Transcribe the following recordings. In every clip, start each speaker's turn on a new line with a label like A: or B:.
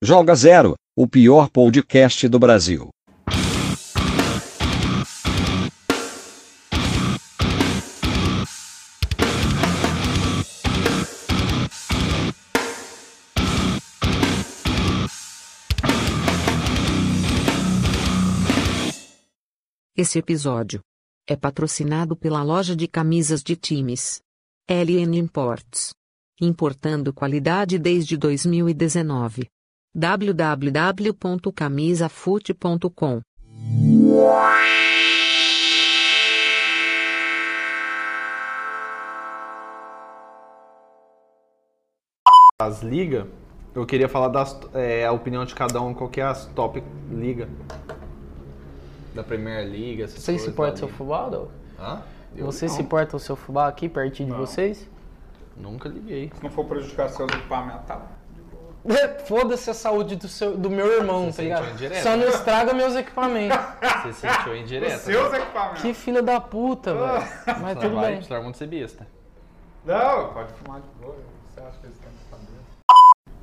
A: Joga Zero, o pior podcast do Brasil.
B: Esse episódio é patrocinado pela loja de camisas de times LN Imports, importando qualidade desde 2019. www.camisafute.com
C: as ligas, eu queria falar das, é, a opinião de cada um, qual que é as top liga. Da Premier League, essas
D: Vocês
C: coisas
D: se importam
C: da
D: seu
C: liga.
D: fubá, Adolfo?
C: Hã? Eu
D: Vocês
C: não,
D: se importam seu fubá aqui pertinho de vocês?
C: Nunca liguei.
E: Se não for prejudicar seus equipamentos, tá bom.
D: É, Foda-se a saúde do, seu, do meu irmão,
C: Você
D: tá ligado?
C: sentiu indireta?
D: Só não estraga meus equipamentos.
C: Você sentiu indireta? né?
E: Seus equipamentos.
D: que filha da puta, velho. Mas tudo
C: Ah, Vai,
D: bem.
C: precisar muito ser besta.
E: Não, pode fumar de boa. Você acha que eles têm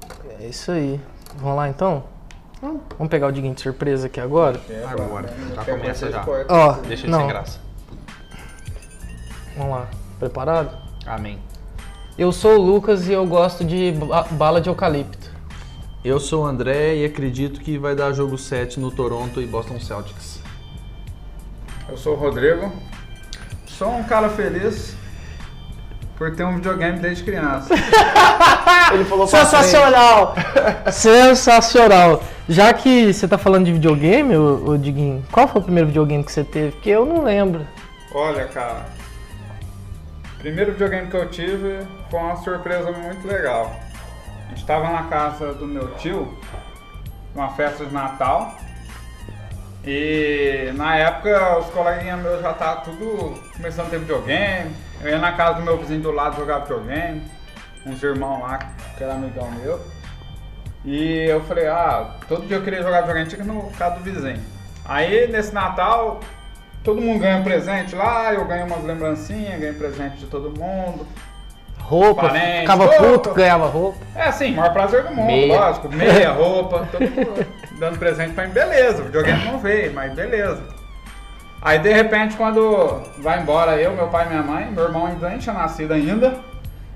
E: que saber?
D: É isso aí. Vamos lá então?
C: Hum.
D: Vamos pegar o Diguinho de surpresa aqui agora?
C: É, Agora, já começa já.
D: Ó,
C: Deixa de
D: não.
C: sem graça.
D: Vamos lá. Preparado?
C: Amém.
D: Eu sou o Lucas e eu gosto de ba- bala de eucalipto.
C: Eu sou o André e acredito que vai dar jogo 7 no Toronto e Boston Celtics.
E: Eu sou o Rodrigo. Sou um cara feliz por ter um videogame desde criança.
D: Sensacional! É Sensacional! Já que você tá falando de videogame, ô, ô Diguinho, qual foi o primeiro videogame que você teve? Porque eu não lembro.
E: Olha, cara. Primeiro videogame que eu tive foi uma surpresa muito legal. A gente tava na casa do meu tio, numa festa de Natal. E na época os coleguinhas meus já estavam tudo começando a ter videogame. Eu ia na casa do meu vizinho do lado jogar videogame. Uns irmãos lá, que era amigão meu. E eu falei, ah, todo dia eu queria jogar videogame, tinha que ir no caso do vizinho. Aí nesse Natal, todo mundo ganha um presente lá, eu ganho umas lembrancinhas, ganho presente de todo mundo.
D: Roupa,
E: Parente,
D: ficava
E: roupa.
D: puto, ganhava roupa.
E: É assim, maior prazer do mundo,
D: Meia.
E: lógico. Meia roupa, todo mundo dando presente pra mim, beleza. O videogame não veio, mas beleza. Aí de repente, quando vai embora eu, meu pai e minha mãe, meu irmão ainda nem tinha nascido ainda.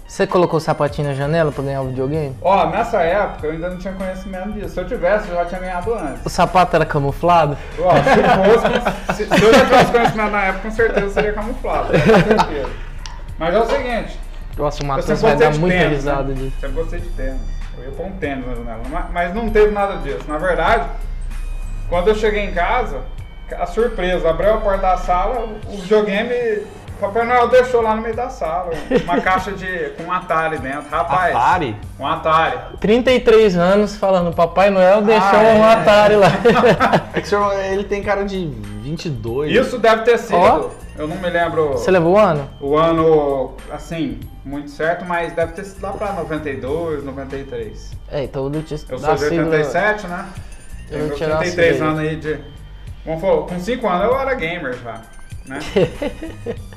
D: Você colocou o sapatinho na janela pra ganhar o videogame?
E: Ó, nessa época eu ainda não tinha conhecimento disso. Se eu tivesse, eu já tinha ganhado antes.
D: O sapato era camuflado?
E: Ó, se fosse, se, se eu já tivesse conhecimento na época, com certeza seria camuflado. né? com certeza. Mas é o seguinte,
D: Nossa, o
E: eu
D: Matheus
E: sempre
D: vai
E: gostei
D: dar
E: de
D: muita
E: tênis.
D: risada
E: né?
D: disso.
E: Sempre gostei de tênis. Eu ia pôr um tênis na janela. Mas, mas não teve nada disso. Na verdade, quando eu cheguei em casa, a surpresa, abriu a porta da sala, o videogame. o Papai Noel deixou lá no meio da sala. Uma caixa de. com um Atari dentro. Rapaz.
C: Atari?
E: Um Atari.
D: 33 anos falando, Papai Noel deixou
E: Ah,
D: um
E: é.
D: Atari lá.
C: É que o senhor, ele tem cara de 22.
E: Isso deve ter sido.
D: Ó.
E: Eu não me lembro.
D: Você levou o ano?
E: O ano, assim, muito certo, mas deve ter sido lá pra 92, 93.
D: É, então eu não tinha
E: Eu sou de
D: nascido-
E: 87, né?
D: Eu
E: Tenho
D: não
E: meus
D: tinha nascido
E: 33
D: ainda.
E: anos aí de. Vamos falar, com 5 anos eu era gamer já, né?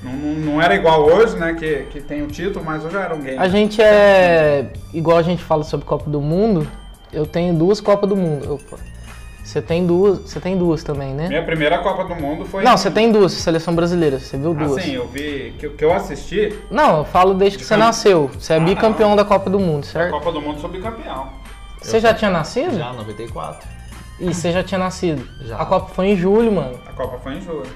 E: não, não, não era igual hoje, né? Que, que tem o título, mas eu já era um gamer.
D: A gente é. Igual a gente fala sobre Copa do Mundo, eu tenho duas Copas do Mundo. Opa. Você tem duas. Você tem duas também, né?
E: Minha primeira Copa do Mundo foi.
D: Não, você tem duas, seleção brasileira, você viu duas.
E: Assim, eu vi. Que, que eu assisti,
D: Não, eu falo desde que você nasceu. Você
C: Ah,
D: é bicampeão da Copa do Mundo, certo?
E: Copa do Mundo sou bicampeão.
D: Você já tinha nascido?
C: Já, 94.
D: Ih, você já tinha nascido.
C: Já.
D: A Copa foi em julho, mano.
E: A Copa foi em julho.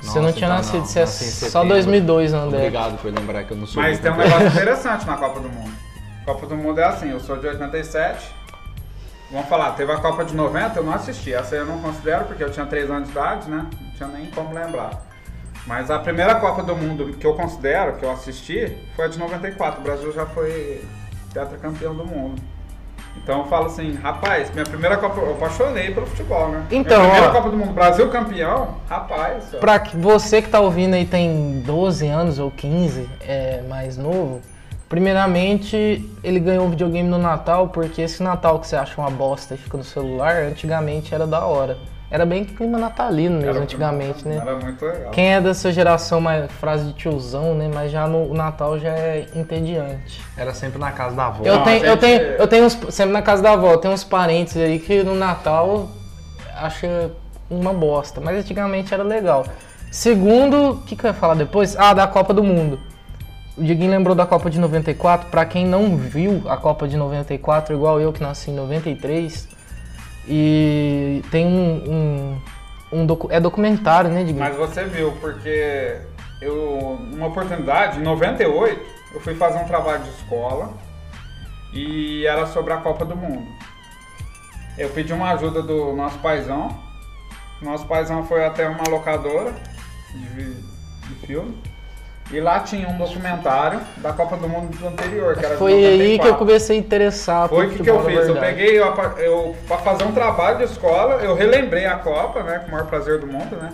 D: Você não tinha nascido, você é
C: então nasci em
D: só
C: setembro.
D: 2002, André.
C: Obrigado por lembrar que eu não sou.
E: Mas tem um
C: bicampeão.
E: negócio interessante na Copa do Mundo. Copa do Mundo é assim, eu sou de 87. Vamos falar, teve a Copa de 90, eu não assisti. Essa eu não considero porque eu tinha 3 anos de idade, né? Não tinha nem como lembrar. Mas a primeira Copa do Mundo que eu considero, que eu assisti, foi a de 94. O Brasil já foi tetracampeão do mundo. Então eu falo assim, rapaz, minha primeira Copa, eu apaixonei pelo futebol, né?
D: Então,
E: minha primeira
D: ó.
E: Copa do Mundo, Brasil campeão, rapaz. ó.
D: Pra que- você que tá ouvindo aí tem 12 anos ou 15, é mais novo, primeiramente ele ganhou um o videogame no Natal, porque esse Natal que você acha uma bosta e fica no celular, antigamente era da hora. Era bem clima natalino mesmo,
E: Era-
D: antigamente, né?
E: Era muito legal.
D: Quem é dessa geração, mais frase de tiozão, né? Mas já no o Natal já é entediante.
C: Era sempre na casa da avó.
D: Eu
E: a
D: tenho, eu
E: gente-
D: tenho, eu tenho uns, sempre na casa da avó, eu tenho uns parentes aí que no Natal acha uma bosta, mas antigamente era legal. Segundo, o que, que eu ia falar depois? Ah, da Copa do Mundo. O Diguinho lembrou da Copa de 94. Pra quem não viu a Copa de 94, igual eu que nasci em 93, e tem um. um, um docu- é documentário, né, Diguinho?
E: Mas você viu, porque eu, numa oportunidade, em 98, eu fui fazer um trabalho de escola e era sobre a Copa do Mundo. Eu pedi uma ajuda do nosso paizão. Nosso paizão foi até uma locadora de, vi- de filme. E lá tinha um documentário da Copa do Mundo do anterior, que era de
D: Foi aí que eu
E: 94.
D: comecei a interessar. por
E: Foi o que, que eu
D: futebol, na
E: fiz. Eu
D: verdade.
E: peguei, eu, apa- eu, pra fazer um trabalho de escola, eu relembrei a Copa, né? Com o maior prazer do mundo, né?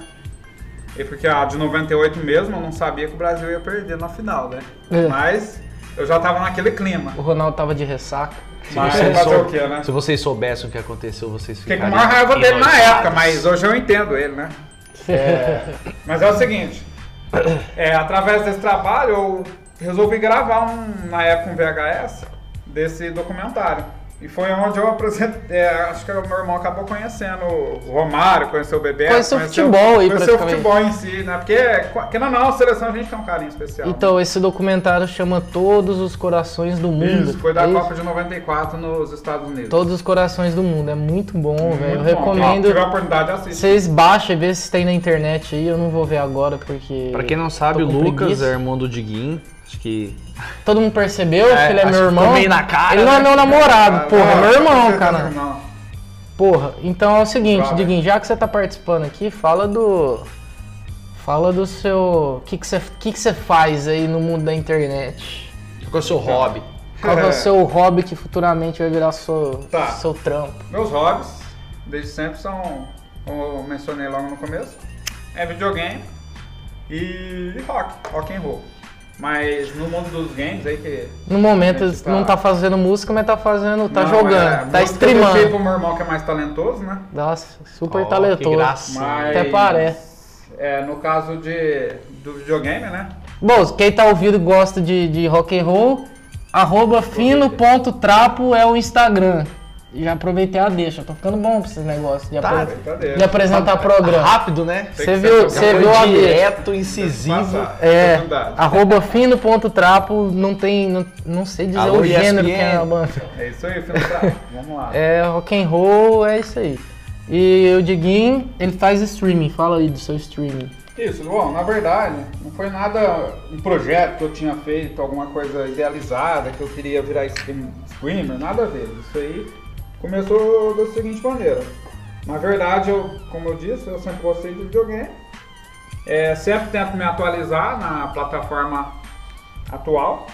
E: E porque a de 98 mesmo, eu não sabia que o Brasil ia perder na final, né?
D: É.
E: Mas eu já tava naquele clima.
D: O Ronaldo tava de ressaca.
E: Mas
C: vocês
E: fazer
C: são-
E: o quê, né?
C: Se vocês soubessem o que aconteceu, vocês
E: Fiquei com
C: ficariam.
E: maior raiva dele na
C: enojados.
E: época, mas hoje eu entendo ele, né? Mas é o seguinte, é, através desse trabalho eu resolvi gravar um, na época um VHS desse documentário. E foi onde eu apresentei, é, acho que o meu irmão acabou conhecendo o Romário, conheceu o Bebeto.
D: Conheceu o futebol aí,
E: Conheceu o
D: praticamente.
E: futebol em si, né? Porque, querendo ou não, a seleção a gente tem um carinho especial.
D: Então, esse documentário chama Todos os Corações do
E: né?
D: Mundo.
E: Isso, foi da
D: É isso?
E: Copa de 94 nos Estados Unidos.
D: Todos os Corações do Mundo. É muito bom, velho. Eu
E: Muito bom.
D: recomendo.
E: Se tiver a oportunidade, assiste.
D: Vocês baixem e vê se tem na internet aí. Eu não vou ver agora porque.
C: Pra quem não sabe,
D: Tô
C: o
D: com
C: Lucas
D: preguiça.
C: é irmão do Diguinho. Acho que.
D: Todo mundo percebeu
C: É,
D: que ele é
C: acho
D: meu
C: que
D: irmão.
C: ficou meio na cara,
D: ele não é
C: né?
D: meu namorado,
E: Ah,
D: porra.
E: não,
D: é meu
E: você
D: irmão,
E: tem
D: cara.
E: irmão.
D: Porra, então é o seguinte,
E: Fala.
D: Diguinho, já que você tá participando aqui, fala do. Fala do seu. O que que você que que você faz aí no mundo da internet?
C: Qual é o seu hobby?
D: Qual que é o seu hobby que futuramente vai virar seu,
E: Tá.
D: seu trampo?
E: Meus hobbies, desde sempre, são, como eu mencionei logo no começo, é videogame e rock, rock and roll. Mas no mundo dos games aí que...
D: No momento
E: Gente, tá.
D: não tá fazendo música, mas tá fazendo. tá
E: Não,
D: jogando, tá
E: é, música Eu deixei
D: streamando.
E: pro meu irmão que é mais talentoso, né?
D: Nossa, super
C: Ó, que
D: talentoso.
C: gracinha.
E: Mas...
D: Até parece.
E: É, no caso de, do videogame, né?
D: Bom, quem tá ouvindo e gosta de, de rock and roll, arroba fino.trapo é o Instagram. E Já aproveitei a deixa, tô ficando bom pra esses negócios de,
E: Tá.
D: apre- Ah,
E: Brincadeira.
D: de
F: Tá.
D: apresentar Tá programa.
C: Rápido, né?
E: Tem
D: Você
E: que
D: viu,
E: ser
D: você
E: programa
D: viu a deixa.
C: direto, incisivo.
E: Passar,
D: É,
E: oportunidade.
D: arroba fino.trapo, não tem, não, não sei dizer
C: Alô,
D: o gênero que é a
C: ESPN.
D: banda.
E: É isso aí, filho. Tá, Vamos lá.
D: É rock and roll, é isso aí. E o Diguinho, ele faz streaming, fala aí do seu streaming.
E: Isso, bom, na verdade, não foi nada um projeto que eu tinha feito, alguma coisa idealizada, que eu queria virar stream- streamer, nada a ver. Isso aí começou da seguinte maneira. Na verdade, eu, como eu disse, eu sempre gostei de videogame. É, sempre tento me atualizar na plataforma atual.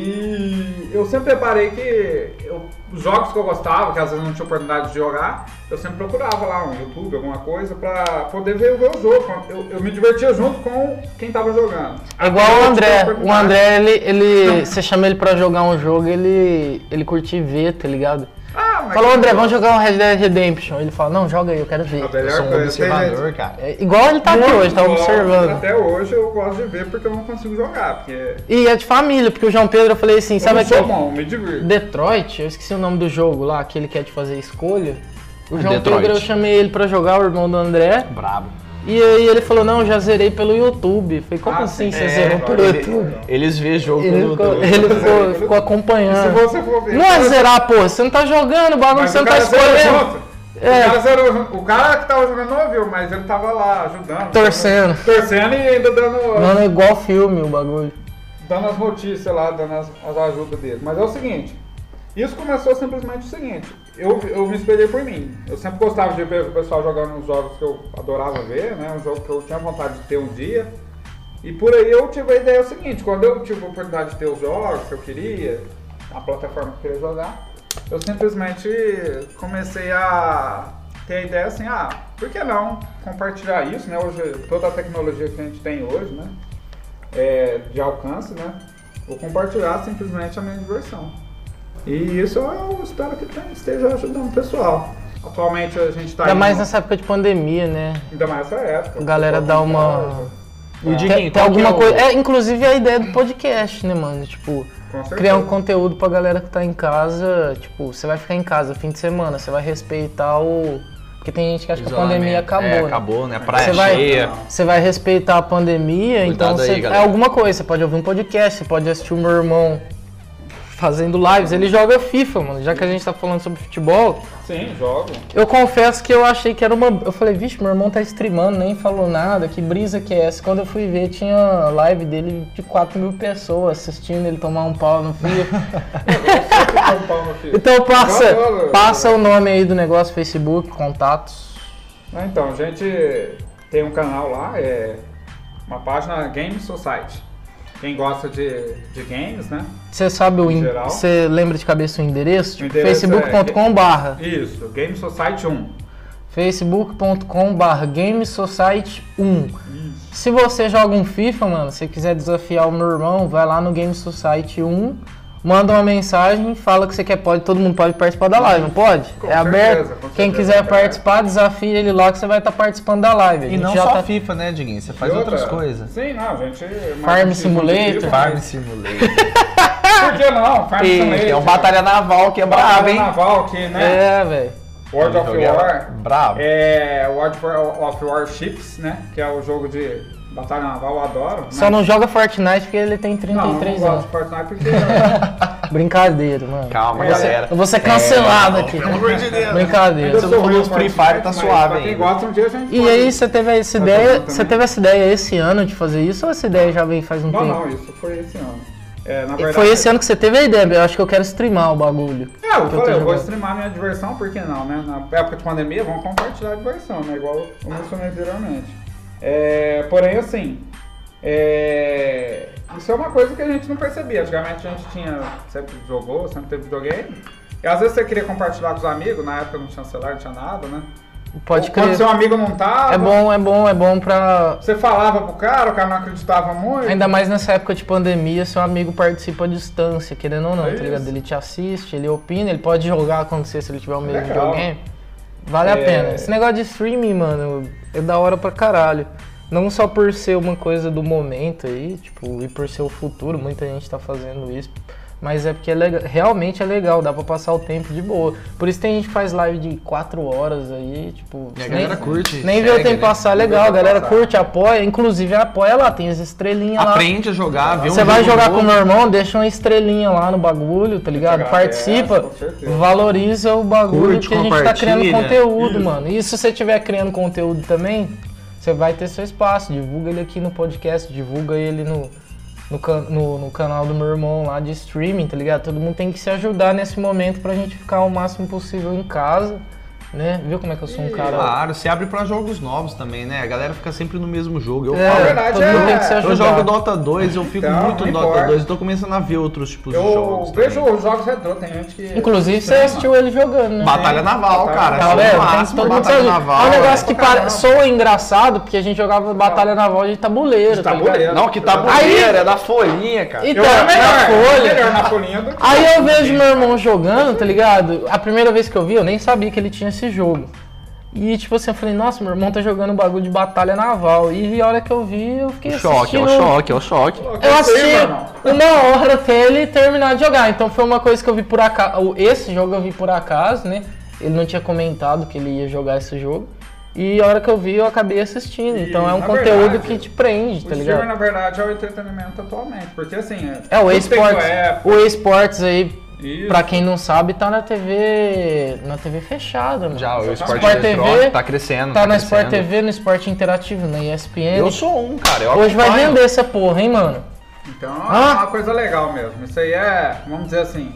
E: E eu sempre reparei que eu- os jogos que eu gostava, que às vezes não tinha oportunidade de jogar, eu sempre procurava lá um YouTube, alguma coisa, pra poder ver, ver o jogo. Eu, eu me divertia junto com quem tava jogando.
D: É igual o
E: Eu
D: André.
E: tive a
D: O André, ele, ele. Você chama ele pra jogar um jogo, ele. ele curte e ver, tá ligado?
E: Ah, mas
D: Falou, André, vamos jogar um Red Dead Redemption. Ele fala, não, joga aí, eu quero ver.
E: A melhor
C: Eu sou um
E: coisa, tem gente-
C: observador, cara.
D: É igual ele tá aqui hoje, tá
E: Bom,
D: observando.
E: Até hoje eu gosto de ver porque eu não consigo jogar, porque
D: E é de família, porque o João Pedro, eu falei assim,
E: eu
D: sabe
E: não sou
D: aquele.
E: bom, me divirto.
D: Detroit, eu esqueci o nome do jogo lá, aquele que é de fazer escolha. O João
C: Detroit.
D: Pedro, eu chamei ele pra jogar, o irmão do André.
C: Brabo.
D: E aí ele falou, não, já zerei pelo YouTube. Falei, como
E: Ah,
D: assim
E: sim,
D: você
E: é,
D: zerou pelo
E: ele-
D: YouTube?
C: Eles vê jogo
D: Ele
C: pelo
D: ficou,
C: YouTube.
D: ele ficou, ficou
E: Se
D: acompanhando.
E: você for ver.
D: Não é zerar, porra. Você não tá jogando, o bagulho
E: Mas
D: você
E: o
D: não tá
E: cara zerou
D: escolhendo.
E: junto.
D: É.
E: O, cara zerou junto. o cara que tava jogando não ouviu, mas ele tava lá ajudando.
D: Torcendo.
E: Torcendo e ainda dando.
D: Mano, é igual filme o bagulho.
E: dando as notícias lá, dando as, as ajudas dele. Mas é o seguinte, isso começou simplesmente o seguinte, eu, eu me espelhei por mim. Eu sempre gostava de ver o pessoal jogando uns jogos que eu adorava ver, né? Um jogo que eu tinha vontade de ter um dia. E por aí eu tive a ideia é seguinte, quando eu tive a oportunidade de ter os jogos que eu queria, a plataforma que eu queria jogar, eu simplesmente comecei a ter a ideia assim, ah, por que não compartilhar isso, né? Hoje, toda a tecnologia que a gente tem hoje, né? é, de alcance, né? Vou compartilhar simplesmente a minha diversão. E isso eu espero que tenha- esteja ajudando o pessoal. Atualmente a gente tá.
D: Ainda
E: indo-
D: mais nessa época de pandemia, né?
E: Ainda mais nessa época.
D: A galera dá uma.
C: E o
D: Tem,
C: Diguinho,
D: tem
C: qual que
D: alguma
C: é o-
D: coisa. É, inclusive a ideia do podcast, né, mano? Tipo,
E: Com certeza.
D: criar um conteúdo pra galera que tá em casa. Tipo, você vai ficar em casa fim de semana, você vai respeitar o. Porque tem gente que acha que a tipo, pandemia
C: Isolamento.
D: acabou.
C: É,
D: né?
C: acabou, né? Praia
D: Você vai-
C: cheia.
D: Você vai respeitar a pandemia,
C: Cuidado
D: então você,
C: aí,
D: é
C: galera.
D: alguma coisa. Você pode ouvir um podcast, você pode assistir o meu irmão fazendo lives. Ele joga FIFA, mano. Já que a gente tá falando sobre futebol,
E: Sim, jogo.
D: eu confesso que eu achei que era uma. Eu falei, vixe, meu irmão tá streamando, nem falou nada, que brisa que é essa? Quando eu fui ver, tinha live dele de 4 mil pessoas assistindo ele tomar um pau no FIFA.
E: São Paulo, um filho.
D: então passa,
E: Valeu,
D: passa o nome aí do negócio, Facebook, contatos.
E: Ah, Então, a gente tem um canal lá, é uma página Game Society. Quem gosta de, de games, né?
D: Você sabe o. en-
E: Geral.
D: Você lembra de cabeça o endereço?
E: O endereço é-
D: Facebook.com/barra.
E: Isso, Game Society 1.
D: facebook.com.br GameSociety1. Se você joga um FIFA, mano, se quiser desafiar o meu irmão, vai lá no GameSociety1, manda uma mensagem, fala que você quer, pode, todo mundo pode participar da live, não pode?
E: Com
D: é
E: certeza,
D: aberto.
E: com
D: Quem
E: certeza, é.
D: quiser
E: cara.
D: participar, desafia ele lá que você vai estar participando da live. A
F: E
D: gente
F: não
D: já
F: só
D: tá-
F: FIFA, né, Diguinho? Você faz
E: E outra-
F: outras coisas.
E: Sim, não, a gente.
D: Farm Simulator.
F: Farm Simulator.
E: Por que não? Farm Simulator.
F: é um batalha naval que é brabo,
E: Batalha
F: hein?
E: naval aqui, né?
D: É, velho.
E: World of
F: Joguei ela
E: War.
F: Brabo.
E: É, World of- of Warships, né? Que é o jogo de batalha naval, eu adoro. né?
D: Só não joga Fortnite porque ele tem
E: não, não
D: 33
E: gosto
D: anos.
E: de Fortnite porque
D: Brincadeira, mano.
F: Calma,
E: É.
F: galera.
D: Eu vou ser cancelado aqui. Brincadeira.
F: Ainda sou ruim no Free Fire, tá
E: Mas
F: suave
E: Pra quem
F: ainda.
E: gosta, um dia a gente
D: E é
E: pode-
D: aí, você teve essa
E: Tá
D: ideia,
E: jogando
D: você
E: também?
D: teve essa ideia esse ano de fazer isso ou essa ideia já vem faz um
E: Não,
D: tempo?
E: não, isso foi esse ano. É, na
D: E
E: verdade,
D: Foi esse ano que você teve a ideia, eu acho que eu quero streamar o bagulho. um
E: É, eu
D: que
E: falei,
D: tô
E: eu vou
D: jogando.
E: streamar minha diversão, por que não, né? Na época de pandemia, vamos compartilhar a diversão, né? Igual eu mencionei anteriormente. É, porém, assim, é, isso é uma coisa que a gente não percebia. Antigamente a gente tinha, sempre jogou, sempre teve videogame. E às vezes você queria compartilhar com os amigos, na época não tinha celular, não tinha nada, né?
D: Pode
E: Ou Quando
D: crer.
E: seu amigo não tava,
D: É bom, é bom, é bom pra.
E: você falava pro cara, o cara não acreditava muito.
D: Ainda mais nessa época de pandemia, seu amigo participa à distância, querendo ou não,
E: É
D: tá ligado?
E: isso.
D: Ele te assiste, ele opina, ele pode jogar acontecer se ele tiver o mesmo
E: Legal.
D: videogame. Vale a
E: É.
D: pena. Esse negócio de streaming, mano, é da hora pra caralho. Não só por ser uma coisa do momento aí, tipo, e por ser o futuro, muita gente tá fazendo isso. Mas é porque é legal, realmente é legal, dá pra passar o tempo de boa. Por isso tem gente que faz live de 4 horas aí, tipo.
F: E a
D: nem-
F: galera curte.
D: Nem vê o
F: segue,
D: tempo
F: né?
D: passar,
E: Não vê o
D: legal. A
E: tempo
D: galera
E: passar.
D: curte, apoia, inclusive apoia lá, tem as estrelinhas lá.
F: Aprende a jogar, vê um
D: Você vai
F: jogo
D: jogar
F: novo.
D: com o meu irmão, deixa uma estrelinha lá no bagulho, tá ligado?
E: agradece,
D: Participa,
E: é, com certeza.
D: valoriza o bagulho
F: Curte,
D: que a gente tá
F: compartilha.
D: criando conteúdo, mano. E se você estiver criando conteúdo também, você vai ter seu espaço. Divulga ele aqui no podcast, divulga ele no, no, can- no- no canal do meu irmão lá de streaming, tá ligado? Todo mundo tem que se ajudar nesse momento pra gente ficar o máximo possível em casa, né? Viu como é que eu sou um cara?
F: Claro, se abre pra jogos novos também, né? A galera fica sempre no mesmo jogo. Eu
D: É,
F: falo,
E: verdade
D: todo mundo
E: é-
D: tem que se
E: eu
F: Eu
D: ajudar.
F: jogo Dota 2, eu fico
E: Então,
F: muito
E: não
F: no Dota
E: importa.
F: 2, eu tô começando a ver outros tipos de
E: Eu
F: jogos.
E: vejo
F: também.
E: os jogos retrô, tem gente que.
D: É. Inclusive, você
E: Sim,
D: assistiu ele jogando, né?
F: Batalha naval,
E: Batalha
F: cara.
D: Tá
F: Tá
D: vendo? Tem que
F: máximo,
D: todo mundo se
F: batalha
D: ajudar.
F: naval.
D: É um negócio que
E: pra
D: pare-
E: caramba.
D: soa engraçado, porque a gente jogava batalha naval de tabuleiro.
E: De
D: tá ligado?
E: tabuleiro.
F: Não, que tá
D: Aí-
F: é da folhinha, cara.
D: Então,
E: Eu era
D: na
E: melhor,
D: folha.
E: melhor na folhinha do que.
D: Aí eu vejo meu irmão jogando, tá ligado? A primeira vez que eu vi, eu nem sabia que ele tinha esse jogo. E tipo assim, eu falei, nossa, meu irmão tá jogando um bagulho de batalha naval. E a hora que eu vi, eu fiquei
F: O choque, é o
D: assistindo-
F: choque, é o choque.
D: Eu Tá
E: sei,
D: assisti
E: mano.
D: uma hora até ele terminar de jogar. Então foi uma coisa que eu vi por acaso. Esse jogo eu vi por acaso, né? Ele não tinha comentado que ele ia jogar esse jogo. E a hora que eu vi, eu acabei assistindo.
E: E,
D: então é um
E: na
D: conteúdo
E: verdade,
D: que te prende,
E: O
D: tá
E: streamer,
D: ligado?
E: na verdade, é o entretenimento atualmente. Porque assim.
D: É, o
E: tudo tem
D: eSports.
E: sua época,
D: O eSports aí,
E: Isso.
D: pra quem não sabe, tá na TV. Na TV fechada, mano.
F: Já, o esporte
D: Sport TV,
F: eletrônico tá crescendo.
D: Tá na
F: crescendo.
D: Sport TV, no Sport Interativo, na ESPN.
F: Eu sou um, cara. eu
D: Hoje vai
F: acompanho.
D: vender essa porra, hein, mano?
E: Então
D: Hã?
E: é uma coisa legal mesmo. Isso aí é, vamos dizer assim,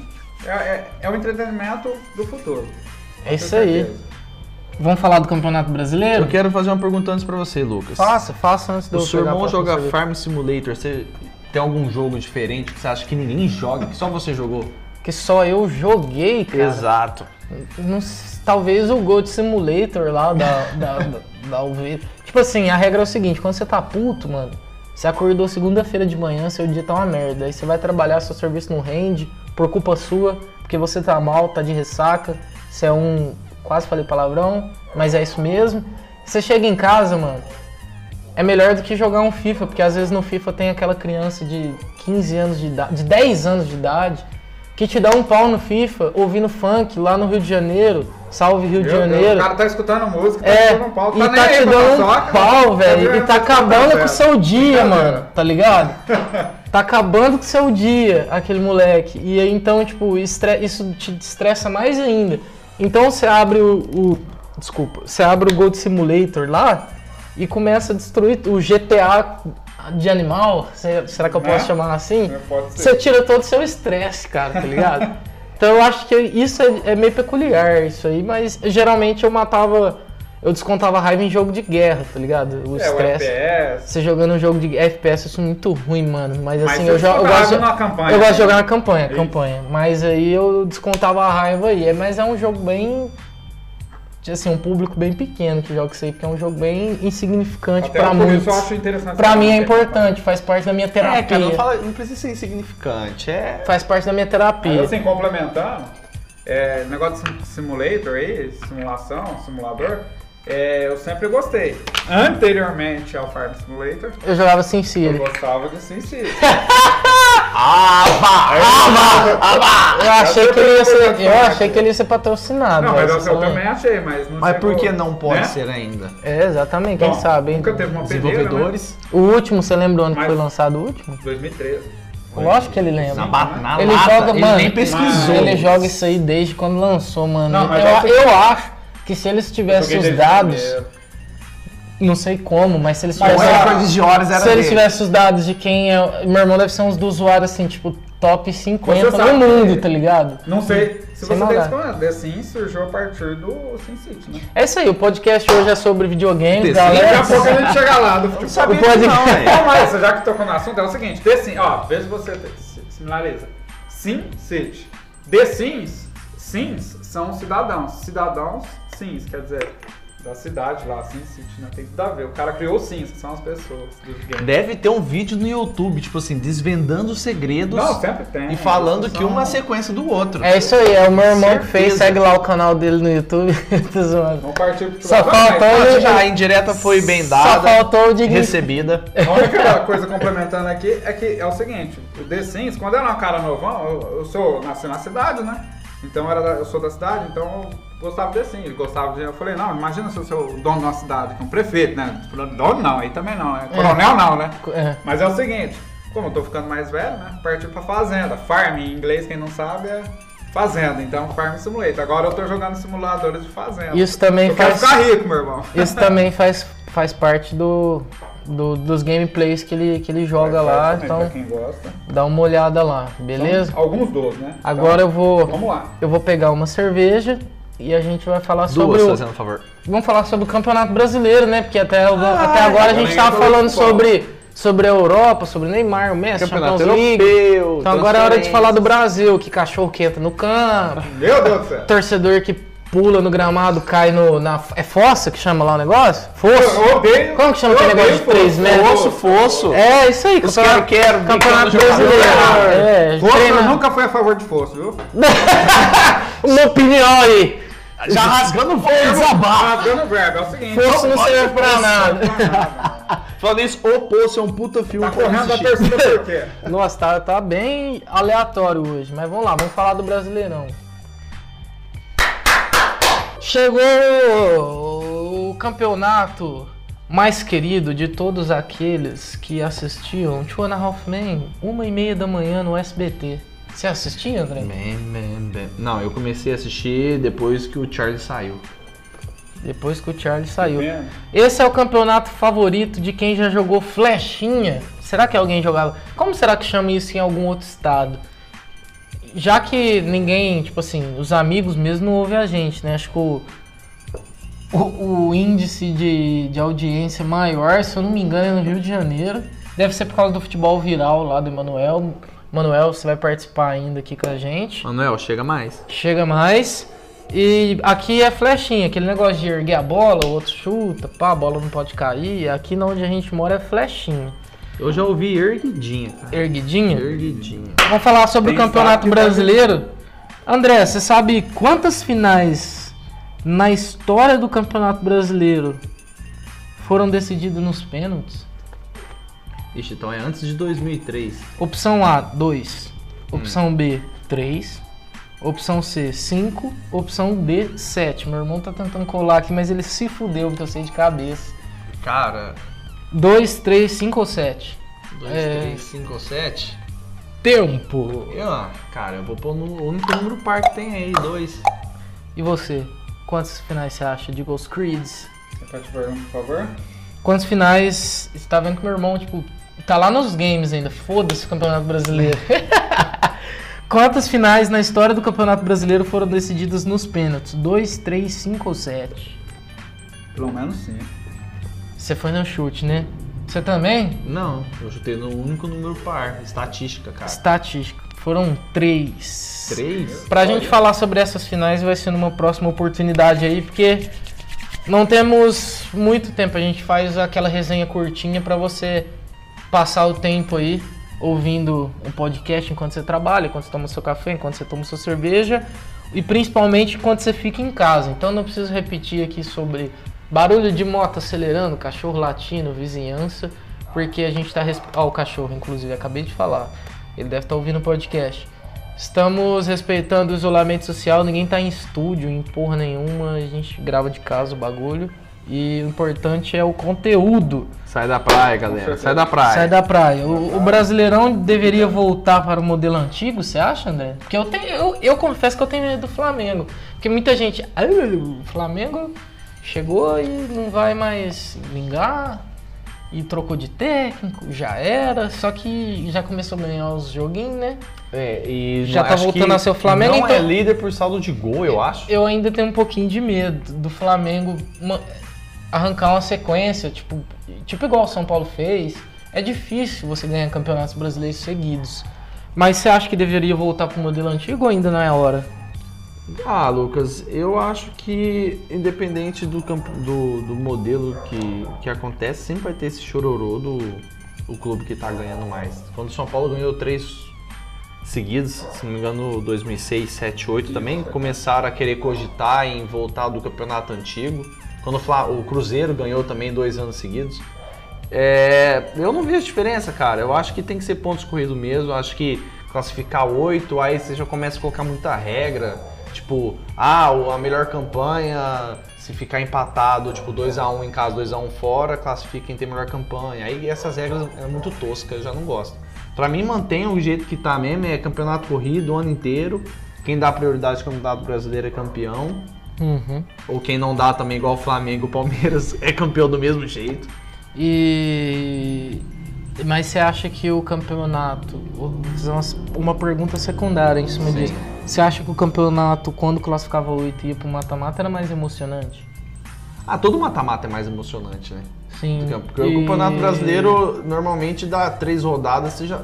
E: é, é, é o entretenimento do futuro.
D: É isso aí. Vamos falar do Campeonato Brasileiro?
F: Eu quero fazer uma pergunta antes pra você, Lucas.
D: Faça, faça antes do
F: O seu irmão joga Farm Simulator, você tem algum jogo diferente que você acha que ninguém joga, que só você jogou?
D: Que só eu joguei, cara.
F: Exato.
D: Não s- talvez o Gold Simulator lá da, da, da, da UV. Tipo assim, a regra é o seguinte, quando você tá puto, mano, você acordou segunda-feira de manhã, seu dia tá uma merda. Aí você vai trabalhar, seu serviço não rende, por culpa sua, porque você tá mal, tá de ressaca, você é um Quase falei palavrão, mas é isso mesmo. Você chega em casa, mano, é melhor do que jogar um FIFA, porque às vezes no FIFA tem aquela criança de 15 anos de idade, de 10 anos de idade, que te dá um pau no FIFA ouvindo funk lá no Rio de Janeiro. Salve Rio de
E: Meu Deus,
D: Janeiro.
E: o cara tá escutando música, tá
D: É,
E: escutando um pau,
D: e
E: tá
D: tá,
E: nem aí
D: te
E: pra
D: dando
E: paçoca,
D: um pau,
E: né?
D: velho. E
E: vendo
D: tá
E: essa
D: acabando com
E: conversa.
D: o seu dia,
E: Brincadeira.
D: mano. Tá ligado? Tá acabando com o seu dia, aquele moleque. E aí, então, tipo, estre- isso te estressa mais ainda. Então você abre o, o- Desculpa. Você abre o Gold Simulator lá e começa a destruir o GTA de animal. se- Será que eu posso
E: Né?
D: chamar assim?
E: É, pode ser.
D: Você tira todo o seu estresse, cara, tá ligado? então eu acho que isso é, é meio peculiar, isso aí, mas geralmente eu matava. Eu descontava raiva em jogo de guerra, tá ligado? O
E: É, o
D: estresse.
E: FPS.
D: Você jogando um jogo de FPS, isso é muito ruim, mano. Mas
E: Mas
D: assim,
E: você
D: eu, jo- eu
E: jogava
D: gosto. de-
E: numa campanha,
D: eu gosto de
E: né?
D: jogar na campanha, campanha. Mas aí eu descontava a raiva aí. É, Mas é um jogo bem. Assim, um público bem pequeno que joga isso aí, porque é um jogo bem insignificante
E: Até
D: pra
E: por
D: muitos.
E: isso eu acho interessante.
D: Pra
E: essa
D: mim é
E: música.
D: importante, faz parte da minha terapia.
F: É, cara, não, fala, não precisa ser insignificante. É.
D: Faz parte da minha
E: Mas
D: terapia.
E: assim, complementando, é, negócio de sim- simulator aí, simulação, simulador, é, eu sempre gostei. Anteriormente ao Farm Simulator,
D: Eu jogava Sin
E: eu
D: City.
E: gostava de SimCity.
D: Eu achei que ele ia ser, eu achei que ele ia ser patrocinado.
E: Não, mas é
D: velho,
E: eu, eu
D: sabe?
E: também achei, mas não
F: é- Mas por
E: chegou,
F: que não pode
E: né?
F: ser ainda?
D: É, exatamente,
E: Bom,
D: quem sabe, hein?
E: Nunca teve uma peneira, né?
F: Desenvolvedores,
D: O último, você lembra onde
E: Mas-
D: foi lançado o último?
E: 2013.
D: Lógico que ele lembra.
F: na, ba- na
D: ele
F: lata,
D: joga,
F: ele
D: mano,
F: nem pesquisou.
D: Ele joga isso aí desde quando lançou, mano.
E: Não, mas
D: eu,
E: essa-
D: eu acho que se eles tivessem
E: Joguei
D: os
E: desde
D: dados,
E: o primeiro.
D: não sei como, mas se eles
F: Mas
D: tivessem.
F: a é coisa de horas era
D: se eles
F: dele.
D: tivessem os dados de quem é. Meu irmão deve ser uns do usuário assim, tipo, top 50
E: Você sabe
D: no mundo,
E: que-
D: tá ligado?
E: Não sei
D: Sem
E: se você tem
D: maldade.
E: escolha. The Sims surgiu a partir do SimCity, né?
D: É isso aí, o podcast hoje é sobre videogames,
F: Sim,
E: Daqui
D: galera.
E: a pouco a gente chega lá do futebol.
F: sabia
D: disso
F: disso não, velho.
E: Não, mas já que tocou no assunto, é o seguinte: The Sims, ó, veja se você te- se- similareza. Sim, City. The Sims, Sims são cidadãos. Cidadãos, Sims, quer dizer, da cidade lá, Sim City, né? Tem tudo a ver. O cara criou os Sims, que são as pessoas do game.
F: Deve ter um vídeo no YouTube, tipo assim, desvendando os segredos
E: Não, sempre tem.
F: e falando
E: São-
F: que uma é sequência do outro.
D: É isso aí, é o meu irmão que fez,
F: Certeza.
D: segue lá o canal dele no YouTube. Tô zoando.
E: Vamos partir pro
D: Só
E: futebol.
D: é faltou
E: Mas,
D: ele-
F: Já a indireta foi bem dada,
D: Só faltou É, o Digni.
F: recebida.
E: A única coisa complementando aqui é que é o seguinte, o The Sims, quando eu era um cara novão, eu, eu sou, nasci na cidade, né? Então era da- eu sou da cidade, então eu gostava de The Sims, eu gostava de. Eu falei, não, imagina se eu sou o dono de uma cidade, que é um prefeito, né? Dono não, aí também não, né? Coronel não, né?
D: É.
E: Mas é o seguinte, como eu tô ficando mais velho, né? Partiu pra fazenda. Farm em inglês, quem não sabe, é fazenda. Então, farm simulator. Agora eu tô jogando simuladores de fazenda.
D: Isso também
E: eu quero
D: faz-
E: ficar rico, meu irmão.
D: Isso também faz, faz parte do, do- dos gameplays que ele, que ele joga lá,
E: Também,
D: então
E: pra quem gosta.
D: dá uma olhada lá, beleza?
E: São alguns dos, né?
D: Agora eu
E: Vamos
D: vou,
E: lá.
D: eu vou pegar uma cerveja e a gente vai falar sobre
F: Duas,
D: o,
F: fazendo um favor.
D: vamos falar sobre o Campeonato Brasileiro, né? Porque até, o-
F: Ah,
D: até agora a
F: é
D: gente
E: eu
D: tava
E: tô
D: falando
E: com fome.
D: sobre, sobre a Europa, sobre Neymar, o Messi,
F: Campeonato
D: Champions League.
F: Europeu,
D: Então agora é hora de
F: transferências.
D: falar do Brasil, que cachorro que entra no campo,
E: Meu Deus do céu.
D: torcedor que pula no gramado, cai no na é fossa que chama lá o negócio? Fosso.
E: Eu odeio.
D: Como que chama
E: eu
D: aquele um negócio
E: odeio
D: de três
E: fogo.
D: metros?
E: Fogo.
F: Fosso, fosso.
D: É, isso aí,
F: Os quero, quero,
D: campeonato
F: brincando, jogando.
D: brasileiro. É,
E: Fogo, eu
D: treina.
E: nunca fui a favor de fosso, viu?
D: Uma opinião aí.
F: Já
D: É.
F: rasgando o desabar.
E: Rasgando o verbo, é o seguinte.
D: Força não serve pra nada.
F: Falando isso, o Poço é um puta filme.
E: Tá
F: que eu
E: correndo da
F: assisti.
E: torcida por quê?
D: Nossa, tá, tá bem aleatório hoje, mas vamos lá, vamos falar do Brasileirão. Chegou o campeonato mais querido de todos aqueles que assistiam Two and a Half Men, uma e meia da manhã no SBT. Você assistia, André?
F: Bem, bem, bem. Não, eu comecei a assistir depois que o Charlie saiu.
D: Depois que o Charlie saiu.
E: Vendo?
D: Esse é o campeonato favorito de quem já jogou flechinha. Será que alguém jogava? Como será que chama isso em algum outro estado? Já que ninguém, tipo assim, os amigos mesmo não ouvem a gente, né? Acho que o, o, o índice de, de audiência maior, se eu não me engano, é no Rio de Janeiro. Deve ser por causa do futebol viral lá do Emanuel. Manuel, você vai participar ainda aqui com a gente.
F: Manuel, chega mais.
D: Chega mais. E aqui é flechinha, aquele negócio de erguer a bola, o outro chuta, pá, a bola não pode cair. Aqui na onde a gente mora é flechinha.
F: Eu já ouvi erguidinha, cara.
D: Erguidinha.
F: Erguidinha.
D: Vamos falar sobre o
E: Tem
D: Campeonato
E: fato que tá
D: Brasileiro. André, você sabe quantas finais na história do Campeonato Brasileiro foram decididos nos pênaltis?
F: Ixi, então é antes de 2003.
D: Opção A, 2. Opção B, 3. Opção C, 5. Opção D, 7. Meu irmão tá tentando colar aqui, mas ele se fudeu porque eu sei de cabeça.
F: Cara,
D: 2, 3, 5 ou 7?
F: 2,
D: É.
F: 3, 5 ou 7?
D: Tempo!
F: Eu, ah, cara, eu vou pôr no único número par que tem aí, 2.
D: E você? Quantos finais você acha de Ghost Creeds?
E: Você tá pode perguntar, por um favor?
D: Quantos finais? Você tá vendo que meu irmão, tipo, tá lá nos games ainda. Foda-se o Campeonato Brasileiro. Quantas finais na história do Campeonato Brasileiro foram decididas nos pênaltis? 2, 3, 5 ou 7?
E: Pelo menos sim.
D: Você foi no chute, né? Você também?
F: Não, eu chutei no único número par. Estatística, cara.
D: Estatística. Foram três.
F: 3?
D: Pra gente falar sobre essas finais vai ser numa próxima oportunidade aí, porque não temos muito tempo. A gente faz aquela resenha curtinha pra você passar o tempo aí ouvindo um podcast enquanto você trabalha, enquanto você toma seu café, enquanto você toma sua cerveja e principalmente enquanto você fica em casa. Então não preciso repetir aqui sobre barulho de moto acelerando, cachorro latindo, vizinhança, porque a gente tá. respe- Ó, o cachorro, inclusive, acabei de falar. Ele deve estar ouvindo o podcast. Estamos respeitando o isolamento social, ninguém tá em estúdio, em porra nenhuma, a gente grava de casa o bagulho. E o importante é o conteúdo.
F: Sai da praia, galera. Sai da praia.
D: Sai da praia. O, o brasileirão deveria voltar para o modelo antigo, você acha, André? Porque eu tenho. Eu, eu confesso que eu tenho medo do Flamengo. Porque muita gente. "Ah, O Flamengo chegou e não vai mais vingar. E trocou de técnico, já era. Só que já começou a ganhar os joguinhos, né?
F: É, e
D: Já
F: não-
D: tá
F: acho
D: voltando
F: que
D: a ser o Flamengo,
F: Não
D: então-
F: é líder por saldo de gol, eu acho.
D: Eu ainda tenho um pouquinho de medo do Flamengo ma- arrancar uma sequência, tipo, tipo igual o São Paulo fez. É difícil você ganhar campeonatos brasileiros seguidos. Mas você acha que deveria voltar pro modelo antigo ou ainda não é a hora?
F: Ah, Lucas, eu acho que independente do, campo, do, do modelo que, que acontece, sempre vai ter esse chororô do o clube que tá ganhando mais. Quando o São Paulo ganhou três seguidos, se não me engano, 2006, 7, 8 também, começaram a querer cogitar em voltar do campeonato antigo. Quando o, Fla- o Cruzeiro ganhou também dois anos seguidos. É, eu não vejo diferença, cara. Eu acho que tem que ser pontos corridos mesmo. Eu acho que classificar oito, aí você já começa a colocar muita regra. Tipo, ah, o- a melhor campanha, se ficar empatado, tipo, 2x1 em casa, 2x1 fora, classifica quem tem melhor campanha. Aí essas regras é muito tosca, eu já não gosto. Pra mim, mantenha o jeito que tá mesmo, é campeonato corrido o ano inteiro. Quem dá prioridade ao campeonato brasileiro é campeão.
D: Uhum.
F: Ou quem não dá também, igual o Flamengo, o Palmeiras, é campeão do mesmo jeito.
D: E. Mas você acha que o campeonato. Vou fazer umas- uma pergunta secundária em cima disso. Você acha que o campeonato, quando classificava oito e ia pro mata-mata, era mais emocionante?
F: Ah, todo mata-mata é mais emocionante, né?
D: Hum, Sim.
F: Do campo. Porque
D: E-
F: o Campeonato Brasileiro normalmente dá três rodadas, você já.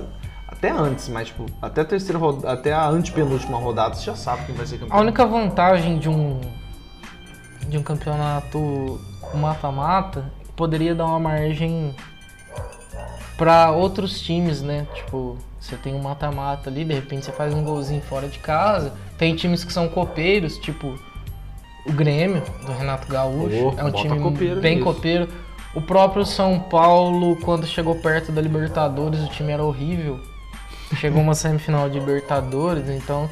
F: Até antes, mas tipo, até a terceira rodada, até a antepenúltima rodada, você já sabe quem vai ser campeão.
D: A única vantagem de um de um campeonato mata-mata poderia dar uma margem para outros times, né? Tipo, você tem um mata-mata ali, de repente você faz um golzinho fora de casa. Tem times que são copeiros, tipo o Grêmio do Renato Gaúcho,
F: Pô,
D: é um
F: bota
D: time
F: copeiro
D: bem
F: nisso.
D: copeiro. O próprio São Paulo, quando chegou perto da Libertadores, o time era horrível. Chegou uma semifinal de Libertadores, então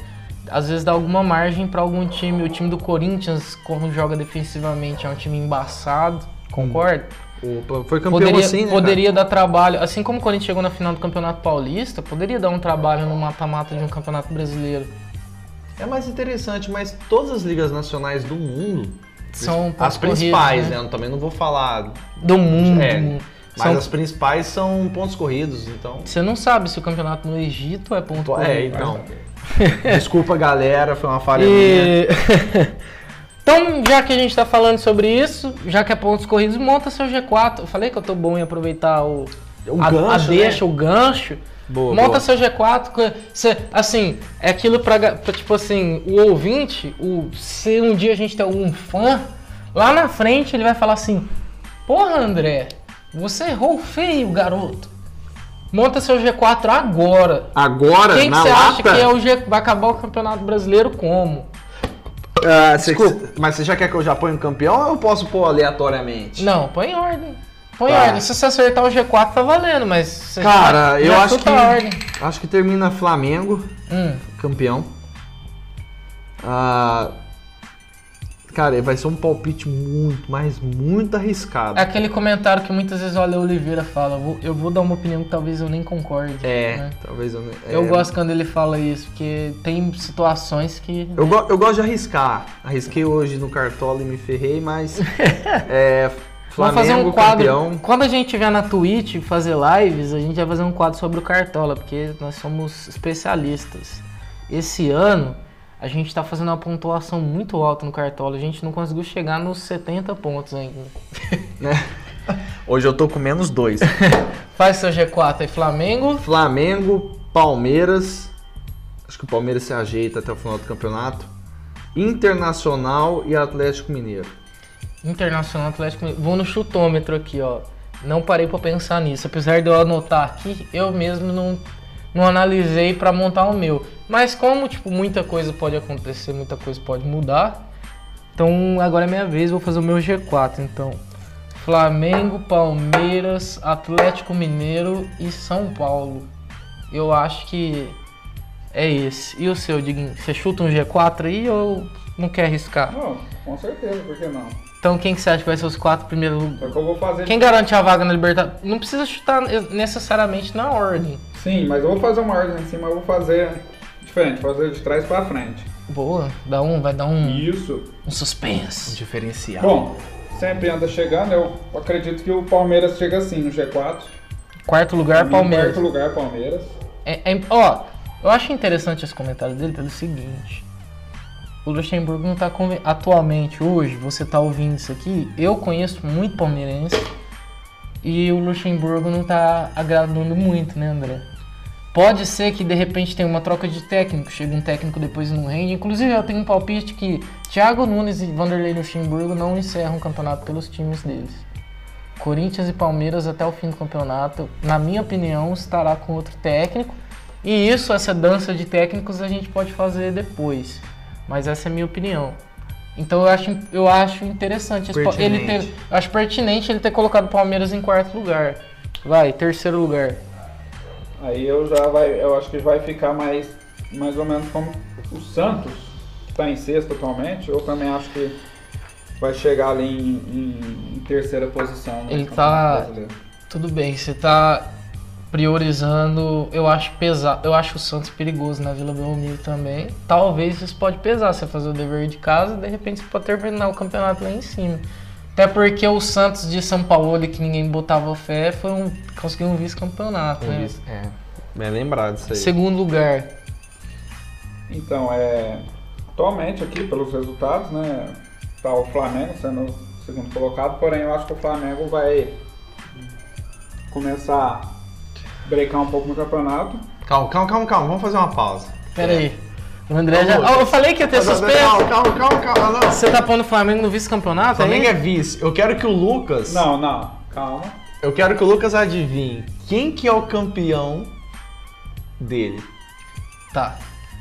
D: às vezes dá alguma margem pra algum time. O time do Corinthians, como joga defensivamente, é um time embaçado, concorda?
F: Opa, foi campeão
D: Poderia,
F: assim, né?
D: poderia dar trabalho, assim como o Corinthians chegou na final do Campeonato Paulista, poderia dar um trabalho no mata-mata de um Campeonato Brasileiro.
F: cara? É mais interessante, mas todas as ligas nacionais do mundo,
D: São um
F: as
D: pontos corridos,
F: principais, né? Eu também não vou falar.
D: né? Do mundo.
F: É, Mas
D: Hum, São-
F: as principais são pontos corridos, então.
D: Você não sabe se o campeonato no Egito é ponto corrido.
F: É, então. Desculpa, galera, foi uma falha minha.
D: E- então, já que a gente tá falando sobre isso, já que é pontos corridos, monta seu G4. Eu falei que eu tô bom em aproveitar o.
F: O
D: a,
F: gancho,
D: a
F: né?
D: deixa, o gancho.
F: Boa,
D: monta
F: boa.
D: seu G4. co- cê- assim, é aquilo pra, ga- pra, tipo assim, o ouvinte, o, se um dia a gente tem algum fã, lá na frente ele vai falar assim: Porra, André, você errou feio, garoto. Monta seu G4 agora.
F: Agora,
D: Quem que é
F: na
D: você
F: lata,
D: acha que é o G... vai acabar o Campeonato Brasileiro como?
F: Ah, você-
D: Desculpa.
F: mas você já quer que eu já ponha um campeão ou eu posso pôr aleatoriamente?
D: Não, põe em ordem. Põe
F: Tá.
D: em ordem. Se você acertar o G4, tá valendo, mas. você
F: Cara,
D: já-
F: eu
D: já
F: acho
D: chuta
F: que.
D: A ordem.
F: Acho que termina Flamengo,
D: Hum,
F: campeão. Ah, cara, vai ser um palpite muito, mas muito arriscado.
D: é aquele comentário que muitas vezes o Ale Oliveira fala. Eu vou, eu vou dar uma opinião que talvez eu nem concorde.
F: É,
D: né?
F: talvez eu. não-
D: Eu
F: é.
D: gosto quando ele fala isso, porque tem situações que.
F: Eu, go- eu gosto de arriscar. Arrisquei hoje no Cartola e me ferrei, mas. é,
D: Vamos
F: Flamengo,
D: fazer um quadro.
F: campeão.
D: Quando a gente tiver na Twitch fazer lives, a gente vai fazer um quadro sobre o Cartola, porque nós somos especialistas. Esse ano, a gente tá fazendo uma pontuação muito alta no Cartola. A gente não conseguiu chegar nos 70 pontos ainda.
F: Hoje eu tô com menos dois.
D: Faz seu G4 aí, Flamengo.
F: Flamengo, Palmeiras. Acho que o Palmeiras se ajeita até o final do campeonato. Internacional e Atlético Mineiro.
D: Internacional Atlético. Mineiro. Vou no chutômetro aqui, ó. Não parei pra pensar nisso. Apesar de eu anotar aqui, eu mesmo não, não analisei pra montar o meu. Mas como, tipo, muita coisa pode acontecer, muita coisa pode mudar. Então agora é minha vez, vou fazer o meu G4, então. Flamengo, Palmeiras, Atlético Mineiro e São Paulo. Eu acho que é esse. E o seu, Diguinho? Você chuta um G4 aí ou não quer arriscar?
E: Bom, com certeza, por que não?
D: Então quem que você acha que vai ser os quatro primeiros
E: Só
D: lugares?
E: que eu vou fazer.
D: Quem garante a vaga na Libertadores? Não precisa chutar necessariamente na ordem.
E: Sim, mas eu vou fazer uma ordem em cima, eu vou fazer diferente, vou fazer de trás pra frente.
D: Boa, dá um, vai dar um,
E: Isso.
D: um suspense.
F: Diferencial.
E: Bom, sempre anda chegando, eu acredito que o Palmeiras chega assim no G4.
D: Quarto lugar, É Palmeiras.
E: Em quarto lugar, Palmeiras.
D: É- é- ó, eu acho interessante esse comentário dele pelo seguinte. O Luxemburgo não tá conven... atualmente hoje, você tá ouvindo isso aqui, eu conheço muito palmeirense e o Luxemburgo não tá agradando muito, né, André? Pode ser que de repente tenha uma troca de técnico, chega um técnico depois e não rende. Inclusive eu tenho um palpite que Thiago Nunes e Vanderlei Luxemburgo não encerram o campeonato pelos times deles. Corinthians e Palmeiras até o fim do campeonato, na minha opinião, estará com outro técnico. E isso, essa dança de técnicos, a gente pode fazer depois. Mas essa é a minha opinião. Então eu acho, eu acho interessante. esse pa- Ele ter,
F: Pertinente.
D: eu acho pertinente ele ter colocado o Palmeiras em quarto lugar. Vai, terceiro lugar.
E: Aí eu já vai, eu acho que vai ficar mais, mais ou menos como o Santos, que tá em sexto atualmente. Eu também acho que vai chegar ali em, em- em terceira posição. no
D: Ele tá-
E: Campeonato Brasileiro.
D: Tudo bem, você tá priorizando. Eu acho pesado. Eu acho o Santos perigoso na Vila Belmiro também. Talvez isso pode pesar. Você fazer o dever de casa e de repente você pode terminar o campeonato lá em cima. Até porque o Santos de São Paulo, que ninguém botava fé, foi um, conseguiu um vice-campeonato, né?
F: É, bem lembrado isso aí.
D: Segundo lugar.
E: Então, é, atualmente aqui, pelos resultados, né, tá o Flamengo sendo o segundo colocado, porém eu acho que o Flamengo vai começar a brecar um pouco no campeonato.
F: Calma, calma, calma, calma. Vamos fazer uma pausa.
D: Pera aí. O André já.
F: Vamos.
D: Ah, eu falei que ia ter
F: Calma,
D: suspenso.
F: calma, calma, calma. não.
D: Você tá pondo o Flamengo no vice-campeonato? aí?
F: Flamengo é vice. Eu quero que o Lucas.
E: Não, não, calma.
F: Eu quero que o Lucas adivinhe quem que é o campeão dele.
D: Tá.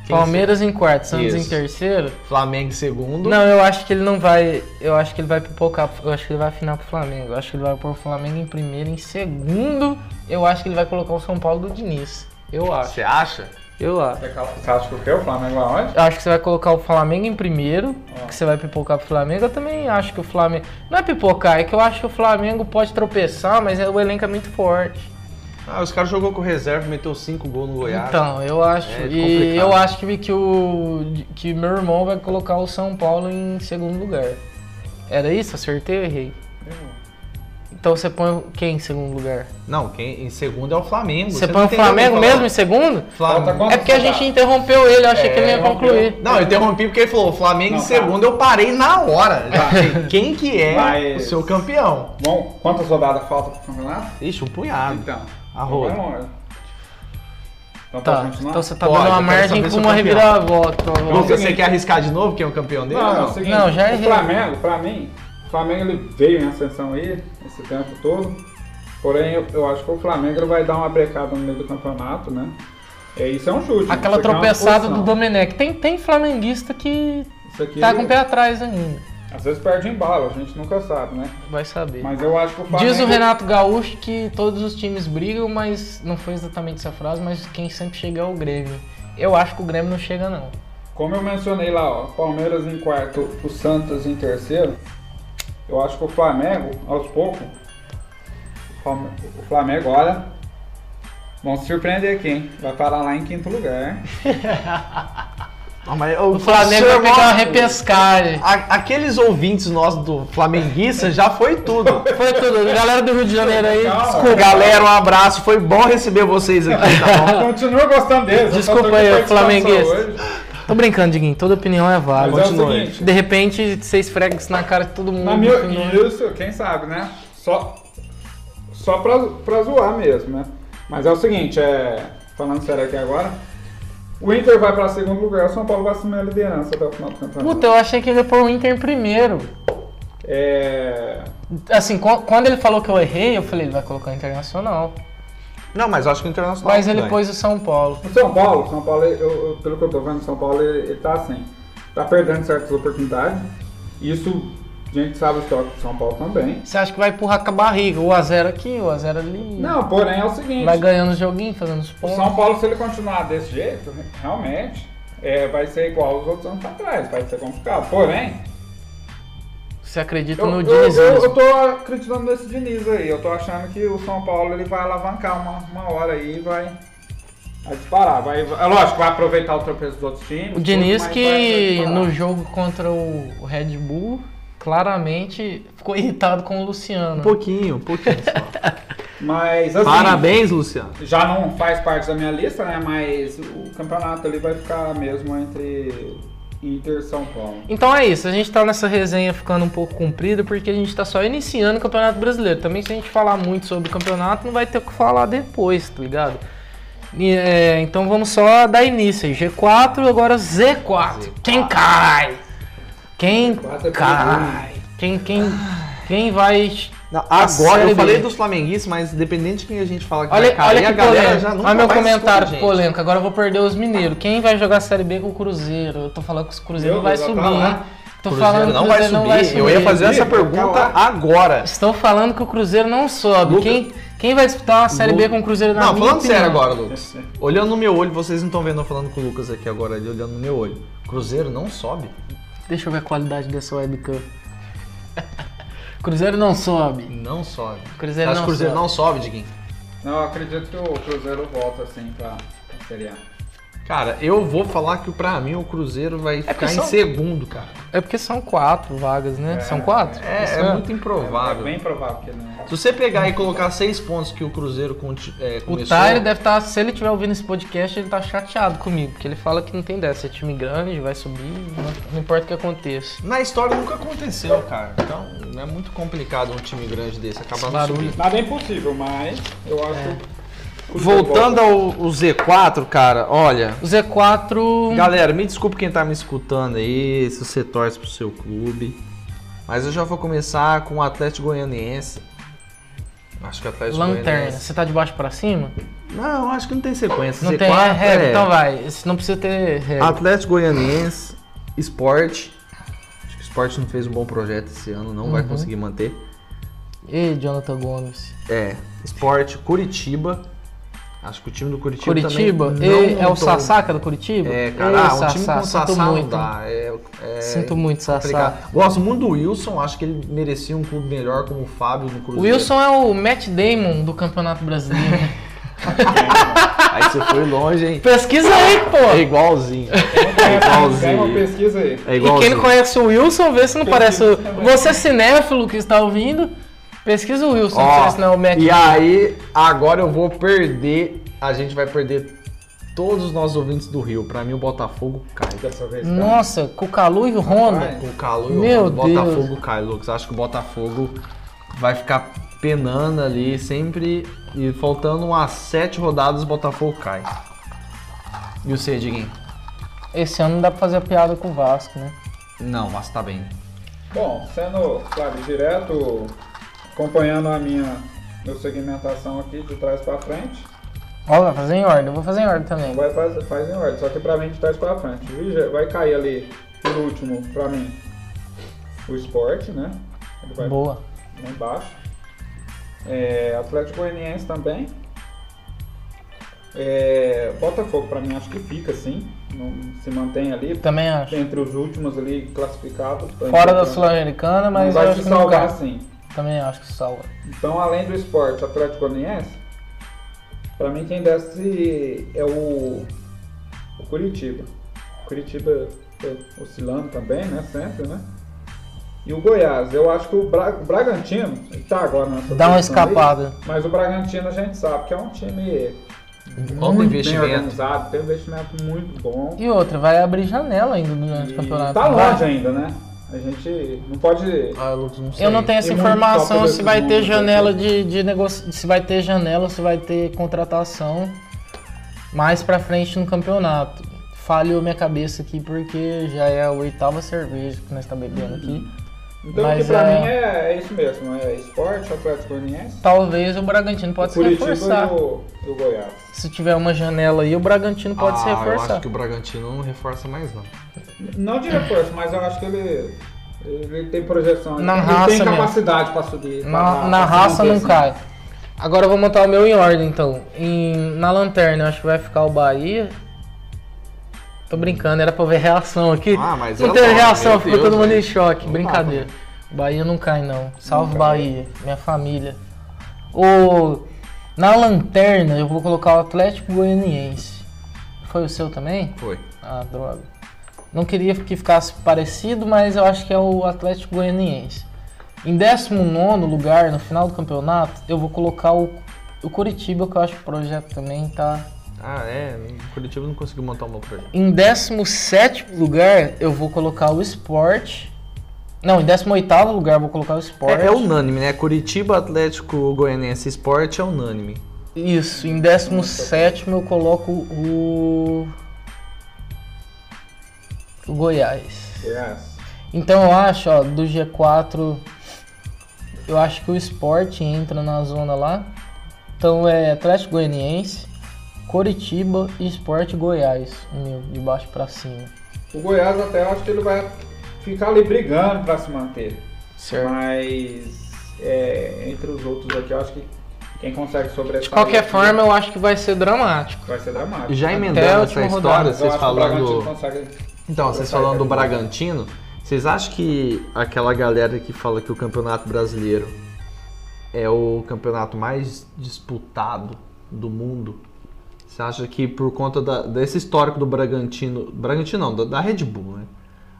F: Quem
D: Palmeiras em quarto, Santos
F: é Isso.
D: em terceiro.
F: Flamengo em segundo.
D: Não, eu acho que ele não vai. Eu acho que ele vai pipocar. Eu acho que ele vai afinar pro Flamengo. Eu acho que ele vai pôr o Flamengo em primeiro. Em segundo, eu acho que ele vai colocar o São Paulo do Diniz. Eu acho.
F: Você acha?
D: Eu acho.
E: Você acha que o quê? O Flamengo aonde?
D: Eu acho que você vai colocar o Flamengo em primeiro. Que você vai pipocar pro Flamengo. Eu também acho que o Flamengo. Não é pipocar, é que eu acho que o Flamengo pode tropeçar, mas é- o elenco é muito forte.
F: Ah, os caras jogou com reserva, meteu cinco gols no Goiás.
D: Então, eu acho.
F: É
D: e
F: complicado.
D: eu acho que, que o. que meu irmão vai colocar o São Paulo em segundo lugar. Era isso? Acertei ou errei? Então você põe quem em segundo lugar?
F: Não, quem em segundo é o Flamengo.
D: Você
F: não
D: põe o
F: entendeu
D: Flamengo
F: o que eu
D: mesmo
F: falei.
D: em segundo?
E: Falta
F: Flamengo.
E: quanto?
D: É porque a gente interrompeu ele, eu achei que ele ia
E: interrompeu.
D: concluir.
F: Não, eu interrompi porque ele falou Flamengo em
E: Não, Ah,
F: segundo, eu parei na hora. Já achei quem que é
E: Mas-
F: o seu campeão?
E: Bom, quantas rodadas faltam pro campeonato?
F: Ixi, um punhado.
E: Então,
F: Arroz.
E: vai longe. Então,
D: Tá,
E: pode continuar?
D: então você tá
F: Pode,
D: dando uma
F: eu quero
D: margem
F: saber
D: pra
F: seu
D: uma
F: campeão.
D: reviravolta. provavelmente.
F: Lucas, você quer arriscar de novo quem é o campeão dele?
E: Não,
F: ou
E: é o
F: não?
E: seguinte,
D: Não, já
E: o
D: errei.
E: Flamengo, pra mim, o Flamengo ele veio em ascensão aí, esse tempo todo. Porém, eu, eu acho que o Flamengo ele vai dar uma brecada no meio do campeonato, né? É, isso é um chute.
D: Aquela
E: isso aqui é uma
D: tropeçada
E: posição.
D: do Domenech. Tem, tem flamenguista que
E: Isso aqui.
D: Tá com o pé atrás ainda.
E: Às vezes perde em bala, a gente nunca sabe, né?
D: Vai saber.
E: Mas eu acho que o Flamengo.
D: Diz o Renato Gaúcho que todos os times brigam, mas não foi exatamente essa frase, mas quem sempre chega é o Grêmio. Eu acho que o Grêmio não chega, não.
E: Como eu mencionei lá, ó, Palmeiras em quarto, o Santos em terceiro. Eu acho que o Flamengo, aos poucos, o Flam- o Flamengo, olha, vão se surpreender aqui, hein? Vai parar lá em quinto lugar. hein?
F: Ah, mas
D: O Flamengo vai
F: tá
D: pegar uma repescagem.
F: A- Aqueles ouvintes nossos do Flamenguista já foi tudo.
D: Foi tudo. Galera do Rio de Janeiro aí,
E: Calma.
D: desculpa.
F: Galera, um abraço. Foi bom receber vocês aqui, tá bom?
E: Continua gostando deles. eu só tô
D: Desculpa
E: com
D: aí,
E: participação
D: flamenguista.
E: hoje.
D: Tô brincando, Diguinho. Toda opinião é
E: Mas
D: válida.
E: é o
F: Continua aí.
E: seguinte,
D: De repente, você esfrega isso na cara de todo mundo.
E: Na
D: no
E: minha,
D: final.
E: isso, quem sabe, né? Só, só pra, pra zoar mesmo, né? Mas é o seguinte, é, falando sério aqui agora, o Inter vai pra segundo lugar, o São Paulo vai assumir a liderança até o final do campeonato.
D: Puta, eu achei que ele ia pôr o Inter em primeiro.
E: É,
D: Assim, qu- quando ele falou que eu errei, eu falei, ele vai colocar o Internacional.
F: Não, mas eu acho que o Internacional.
D: Mas ele
F: ganha.
D: pôs o São Paulo.
E: o São Paulo, São Paulo eu- eu- pelo que eu tô vendo, o São Paulo ele, ele tá assim, tá perdendo certas oportunidades. Isso a gente sabe o estoque do São Paulo também.
D: Você acha que vai empurrar com a barriga? O a zero aqui, o a zero ali.
E: Não, porém é o seguinte,
D: Vai um. ganhando o joguinho, fazendo os
E: O
D: pontos.
E: São Paulo, se ele continuar desse jeito, realmente é, vai ser igual aos outros anos pra trás, vai ser complicado. Porém,
D: Você acredita
E: eu,
D: no
E: eu,
D: Diniz
E: eu-
D: mesmo?
E: eu tô acreditando nesse Diniz aí. Eu tô achando que o São Paulo ele vai alavancar uma, uma hora aí e vai, vai disparar. Vai, vai- é lógico, vai aproveitar o tropeço dos outros times.
D: O Diniz
E: tudo, mas vai- vai
D: que
E: disparar.
D: no jogo contra o o Red Bull claramente ficou irritado com o Luciano.
F: Um pouquinho, um pouquinho só.
E: Mas assim,
F: Parabéns, Luciano.
E: já não faz parte da minha lista, né? Mas o campeonato ali vai ficar mesmo entre Inter e São Paulo.
D: Então é isso, a gente tá nessa resenha ficando um pouco comprida porque a gente tá só iniciando o Campeonato Brasileiro. Também se a gente falar muito sobre o campeonato, não vai ter o que falar depois, tá ligado? E, é, então vamos só dar início aí. G4, agora Z4. Quem cai? Quem
E: G4 é
D: cai? Quem, quem, quem vai.
F: Não,
D: A
F: agora
D: Série
F: eu
D: B.
F: falei dos flamenguistas, mas independente de quem a gente fala que
D: Olha,
F: vai cair,
D: olha
F: a
D: que
F: galera já
D: polêmico.
F: nunca
D: Olha meu
F: mais escuta
D: comentário
F: a gente.
D: polêmico. Agora eu vou perder os mineiros. Quem vai jogar a Série B com o Cruzeiro? Eu tô falando que o Cruzeiro
E: Meu
D: não vai
E: Deus,
D: subir,
E: já tá lá.
D: hein? Tô
F: Cruzeiro
D: falando que
F: não
D: o
F: vai
D: Cruzeiro
F: subir.
D: não vai subir.
F: Eu ia fazer essa
E: Ih,
F: pergunta
E: calma.
F: agora.
D: Estou falando que o Cruzeiro não sobe.
F: Lucas-
D: Quem, quem vai disputar uma Série
F: Lu-
D: B com o Cruzeiro na
F: Não,
D: minha
F: falando sério
D: opinião?
F: agora, Lucas. Olhando no meu olho, vocês não estão vendo eu falando com o Lucas aqui agora, ele olhando no meu olho. Cruzeiro não sobe.
D: Deixa eu ver a qualidade dessa webcam. Cruzeiro não sobe.
F: Não sobe.
D: Cruzeiro
F: Acho que
D: não
F: o Cruzeiro
D: sobe.
F: não sobe, Diguinho.
E: Não, eu acredito que o Cruzeiro volta assim pra, pra Série A.
F: Cara, eu vou falar que pra mim o Cruzeiro vai ficar em
D: É são-
F: segundo, cara.
D: É porque são quatro vagas, né? são quatro?
F: É, é muito improvável.
E: É bem provável que não.
F: Se você pegar e colocar seis pontos que o Cruzeiro conti- é,
D: O
F: começou...
D: Tyler deve estar, se ele estiver ouvindo esse podcast, ele tá chateado comigo, porque ele fala que não tem dessa. É time grande, vai subir, não- não importa o que aconteça.
F: Na história nunca aconteceu, cara. Então é muito complicado um time grande desse acabar
D: Barulho.
F: barulho.
E: Nada é impossível, mas eu acho. que
F: É.
E: o
F: Voltando
E: Cruzeiro volta.
F: ao, ao Z4, cara, olha.
D: O Z4.
F: Galera, me desculpe quem tá me escutando aí, se você torce pro seu clube. Mas eu já vou começar com o Atlético Goianiense. Acho que o Atlético
D: Lanterna,
F: Goianiense.
D: você tá de baixo pra cima?
F: Não, acho que não tem sequência.
D: Não
F: Z4,
D: tem regra,
F: é. Ah.
D: então vai. Esse Não precisa ter regra.
F: Atlético Goianiense, Sport. Acho que o Sport não fez um bom projeto esse ano, não
D: Uhum.
F: vai conseguir manter.
D: Ei, Jonathan Gomes.
F: É, Sport Curitiba. Acho que o time do Curitiba.
D: Curitiba?
F: Tipo, também não
D: Ei, é o
F: montou-
D: Sasaka do Curitiba?
F: É,
D: Ei,
F: cara, ah, um time
D: Sassá,
F: com o Sassá
D: sinto
F: não
D: muito.
F: dá. É, é
D: Sinto muito, Sassá.
F: complicado. Gosto muito do Wilson, acho que ele merecia um clube melhor como o Fábio no
D: O
F: Cruzeiro.
D: Wilson é o Matt Damon do Campeonato Brasileiro.
F: Aí você foi longe, hein?
D: Pesquisa aí,
F: É
D: pô!
F: igualzinho.
E: Pega- É, Pega uma
F: igualzinho.
E: pesquisa aí.
F: É
D: E quem
F: igualzinho.
D: não conhece o Wilson, vê se não parece o... Você é cinéfilo que está ouvindo, pesquisa o Wilson, pra
F: Ó,
D: ver se não é o Matt
F: e aí, agora eu vou perder. A gente vai perder todos os nossos ouvintes do Rio. Pra mim, o Botafogo cai.
E: Dessa vez. cara.
D: Nossa, com o Calu e o Honda.
F: Com o Calu e
D: Meu
F: o
D: Deus.
F: Botafogo cai, Lucas. Acho que o Botafogo vai ficar penando ali sempre. E faltando umas sete rodadas, o Botafogo cai. E o Cediguinho?
D: Esse ano não dá pra fazer a piada com o Vasco, né?
F: Não, mas tá bem.
E: Bom, sendo, claro, direto, acompanhando a minha meu segmentação aqui de trás pra frente,
D: Ó, vai fazer em ordem, eu vou fazer em ordem também.
E: tá vai faz, faz em ordem, só que pra mim de trás pra frente. Vigia, vai cair ali por último, pra mim, o esporte, né? Ele vai
D: Boa.
E: lá embaixo. É, Atlético Goianiense também. É, Botafogo pra mim acho que fica assim, não se mantém ali. tá
D: Também acho.
E: Entre os últimos ali classificados. pra
D: Fora
E: entrar.
D: da Sul-Americana,
E: Não
D: mas eu
E: vai
D: acho
E: se
D: que não
E: salvar
D: cai.
E: assim.
D: Também acho que salva.
E: Então, além do esporte, Atlético Goianiense, pra mim quem desce é o, o Curitiba. O Curitiba é oscilando também, né? Sempre, né? E o Goiás, eu acho que o, Bra- o Bragantino, ele tá agora nessa
D: Dá uma
E: posição aí,
D: escapada.
E: mas o Bragantino a gente sabe que é um time
F: Alto
E: muito bem
F: investimento.
E: organizado, tem um investimento muito bom.
D: E outra, vai abrir janela ainda durante
E: E
D: o campeonato.
E: tá
D: Vai.
E: longe ainda, né? A gente não pode
F: Ah, Lucas, não sei.
D: Eu não tenho essa
E: E muito
D: informação
E: top
D: se vai
E: desses
D: ter
E: números aqui.
D: janela de, de negócio, se vai ter janela, se vai ter contratação mais pra frente no campeonato. Falhou minha cabeça aqui porque já é a oitava cerveja que nós tá bebendo aqui.
E: Então, o
D: Mas,
E: que pra
D: é-
E: mim é, é isso mesmo, é esporte, Atlético Goianiense,
D: Talvez o Bragantino pode se
E: Curitiba
D: reforçar.
E: e o, e o Goiás.
D: Se tiver uma janela aí, o Bragantino pode se
F: Ah, Eu acho
D: reforçar.
F: que o Bragantino não reforça mais, não.
E: Não de reforço, mas eu acho que ele, ele tem projeção,
D: Na
E: ele
D: raça
E: tem
D: mesmo.
E: capacidade pra subir. pra
D: Na,
E: dar-
D: na
E: pra se
D: raça
E: manter,
D: não
E: assim.
D: cai. Agora eu vou montar o meu em ordem, então. Em- na lanterna, eu acho que vai ficar o Bahia. Tô brincando, era pra eu ver reação aqui.
F: Ah, mas
D: não
F: é
D: teve
F: lógico,
D: reação,
F: meu
D: ficou
F: Deus,
D: todo mundo em
F: velho.
D: choque.
F: Não
D: Brincadeira.
F: dá,
D: O Bahia não cai, não. Salve Bahia, minha família. O, na lanterna, eu vou colocar o Atlético Goianiense. Foi o seu também?
F: Foi.
D: Ah, droga. Não queria que ficasse parecido, mas eu acho que é o Atlético Goianiense. Em 19 lugar, no final do campeonato, eu vou colocar o, o Curitiba, que eu acho que o projeto também tá.
F: Ah, é. O Curitiba não conseguiu montar um uma projeto.
D: Em 17 lugar, eu vou colocar o Sport. Não, em 18 lugar, eu vou colocar o Sport.
F: É, é unânime, né? Curitiba, Atlético, Goianiense, Esporte é unânime.
D: Isso, em 17 eu coloco o. O Goiás.
E: Goiás.
D: Então eu acho, ó, do G4, eu acho que o Sport entra na zona lá. Então é Atlético Goianiense, Coritiba e Sport Goiás, o meu, de baixo pra cima.
E: O Goiás até eu acho que ele vai ficar ali brigando pra se manter.
D: Certo.
E: Mas é, entre os outros aqui, eu acho que quem consegue sobressair...
D: De qualquer
E: aqui
D: forma, eu acho que vai ser dramático.
E: Vai ser dramático.
F: E já
E: Mas
F: emendando
D: a
F: essa
D: última
F: história,
D: rodada,
E: eu
F: vocês
E: acho que o Bragantino
F: falando.
E: consegue...
F: Então, vocês falando do Bragantino, vocês acham que aquela galera que fala que o Campeonato Brasileiro é o campeonato mais disputado do mundo? Você acha que por conta da- desse histórico do Bragantino, Bragantino não, da, da Red Bull, né?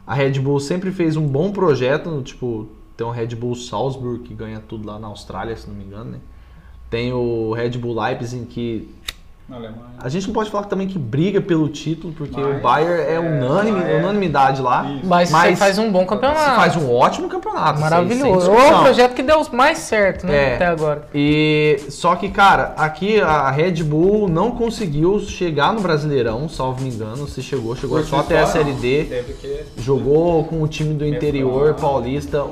F: A Red Bull sempre fez um bom projeto, tipo, tem o Red Bull Salzburg que ganha tudo lá na Austrália, se não me engano, né? Tem o Red Bull Leipzig que
E: Na Alemanha.
F: a gente não pode falar também que briga pelo título, porque
E: Mas,
F: o Bayern é,
E: é,
F: unânime,
E: é.
F: unanimidade lá.
E: Isso.
D: Mas, você faz um bom
F: você
D: campeonato.
F: faz um ótimo campeonato.
D: Maravilhoso.
F: sem-
D: Ou
F: sem
D: o
F: discussão.
D: projeto que deu mais certo, né?
F: É.
D: Até agora.
F: E só que, cara, aqui a Red Bull não conseguiu chegar no Brasileirão, salvo me engano. Se chegou, chegou só até a Série D.
E: Teve que...
F: Jogou com o time do interior
E: Mesclado.
F: paulista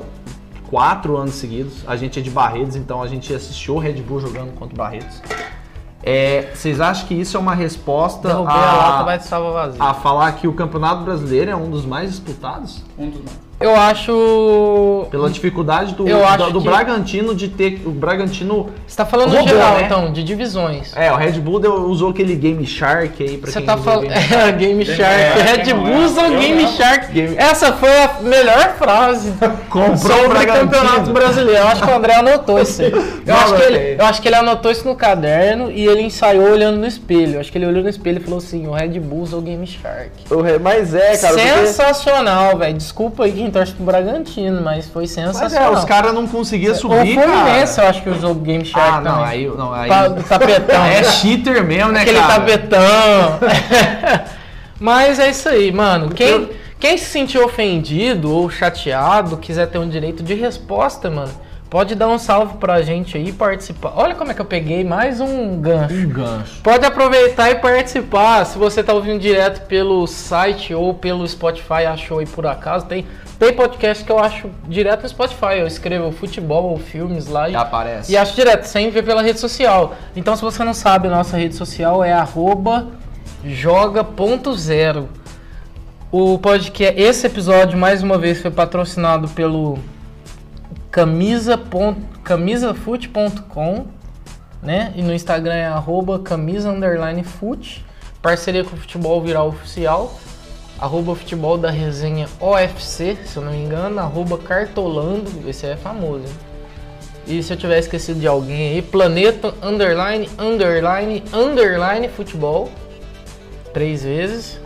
F: quatro anos seguidos. A gente é de Barretos, então a gente assistiu o Red Bull jogando contra o Barretos. É, vocês acham que isso é uma resposta
D: Derrubei
F: a-
D: a lata, vai de salva vazia.
F: a falar que o Campeonato Brasileiro é um dos mais disputados?
E: Um dos mais.
D: Eu acho.
F: Pela dificuldade do,
D: Eu acho
F: do, do
D: que-
F: Bragantino de ter. O Bragantino.
D: Você tá falando
F: Roubou,
D: geral,
F: né?
D: então, de divisões.
F: É, o Red Bull deu- usou aquele Game Shark aí pra
D: Você
F: quem
D: tá
F: usa
D: falando.
F: Game Shark.
D: É, Game Shark.
E: Shark,
D: Red
E: não é?
D: Bulls ou
E: Eu
D: Game
E: não.
D: Shark?
F: Game-
D: Essa foi a melhor frase
F: Comprou o
D: sobre o
F: Bragantino.
D: Campeonato Brasileiro. Eu acho que o André anotou isso. aí. Eu,
F: Não,
D: acho que
F: anotei.
D: ele, eu acho que ele anotou isso no caderno e ele ensaiou olhando no espelho. Eu acho que ele olhou no espelho e falou assim: o Red Bulls ou Game Shark.
F: O Re- Mas é, cara. porque-
D: sensacional, velho. Desculpa aí quem torce pro Bragantino, mas foi
F: Mas é,
D: sensacional. É,
F: os caras não conseguiam
D: O
F: subir, cara.
D: Fluminense, eu acho que usou o Game Shark
F: Ah, não,
D: também.
F: aí. Não, aí...
D: Pa- tapetão.
F: É cheater mesmo, né,
D: Aquele
F: cara?
D: tapetão. Mas é isso aí, mano. Quem, quem se sentiu ofendido ou chateado, quiser ter um direito de resposta, mano, pode dar um salve pra gente aí e participar. Olha como é que eu peguei mais um gancho.
F: Um gancho.
D: Pode aproveitar e participar. Se você tá ouvindo direto pelo site ou pelo Spotify, achou aí por acaso, tem, tem podcast que eu acho direto no Spotify. Eu escrevo futebol ou filmes lá e
F: Aparece.
D: e acho direto, sem ver pela rede social. Então, se você não sabe, nossa rede social é arroba joga.0. O podcast, esse episódio mais uma vez foi patrocinado pelo camisa pon- camisafute.com, né? E no Instagram é arroba camisa underline fute, parceria com o Futebol Viral Oficial, arroba futebol da resenha OFC, se eu não me engano, arroba cartolando, esse aí é famoso, hein? E se eu tiver esquecido de alguém aí, planeta underline underline underline futebol, três vezes.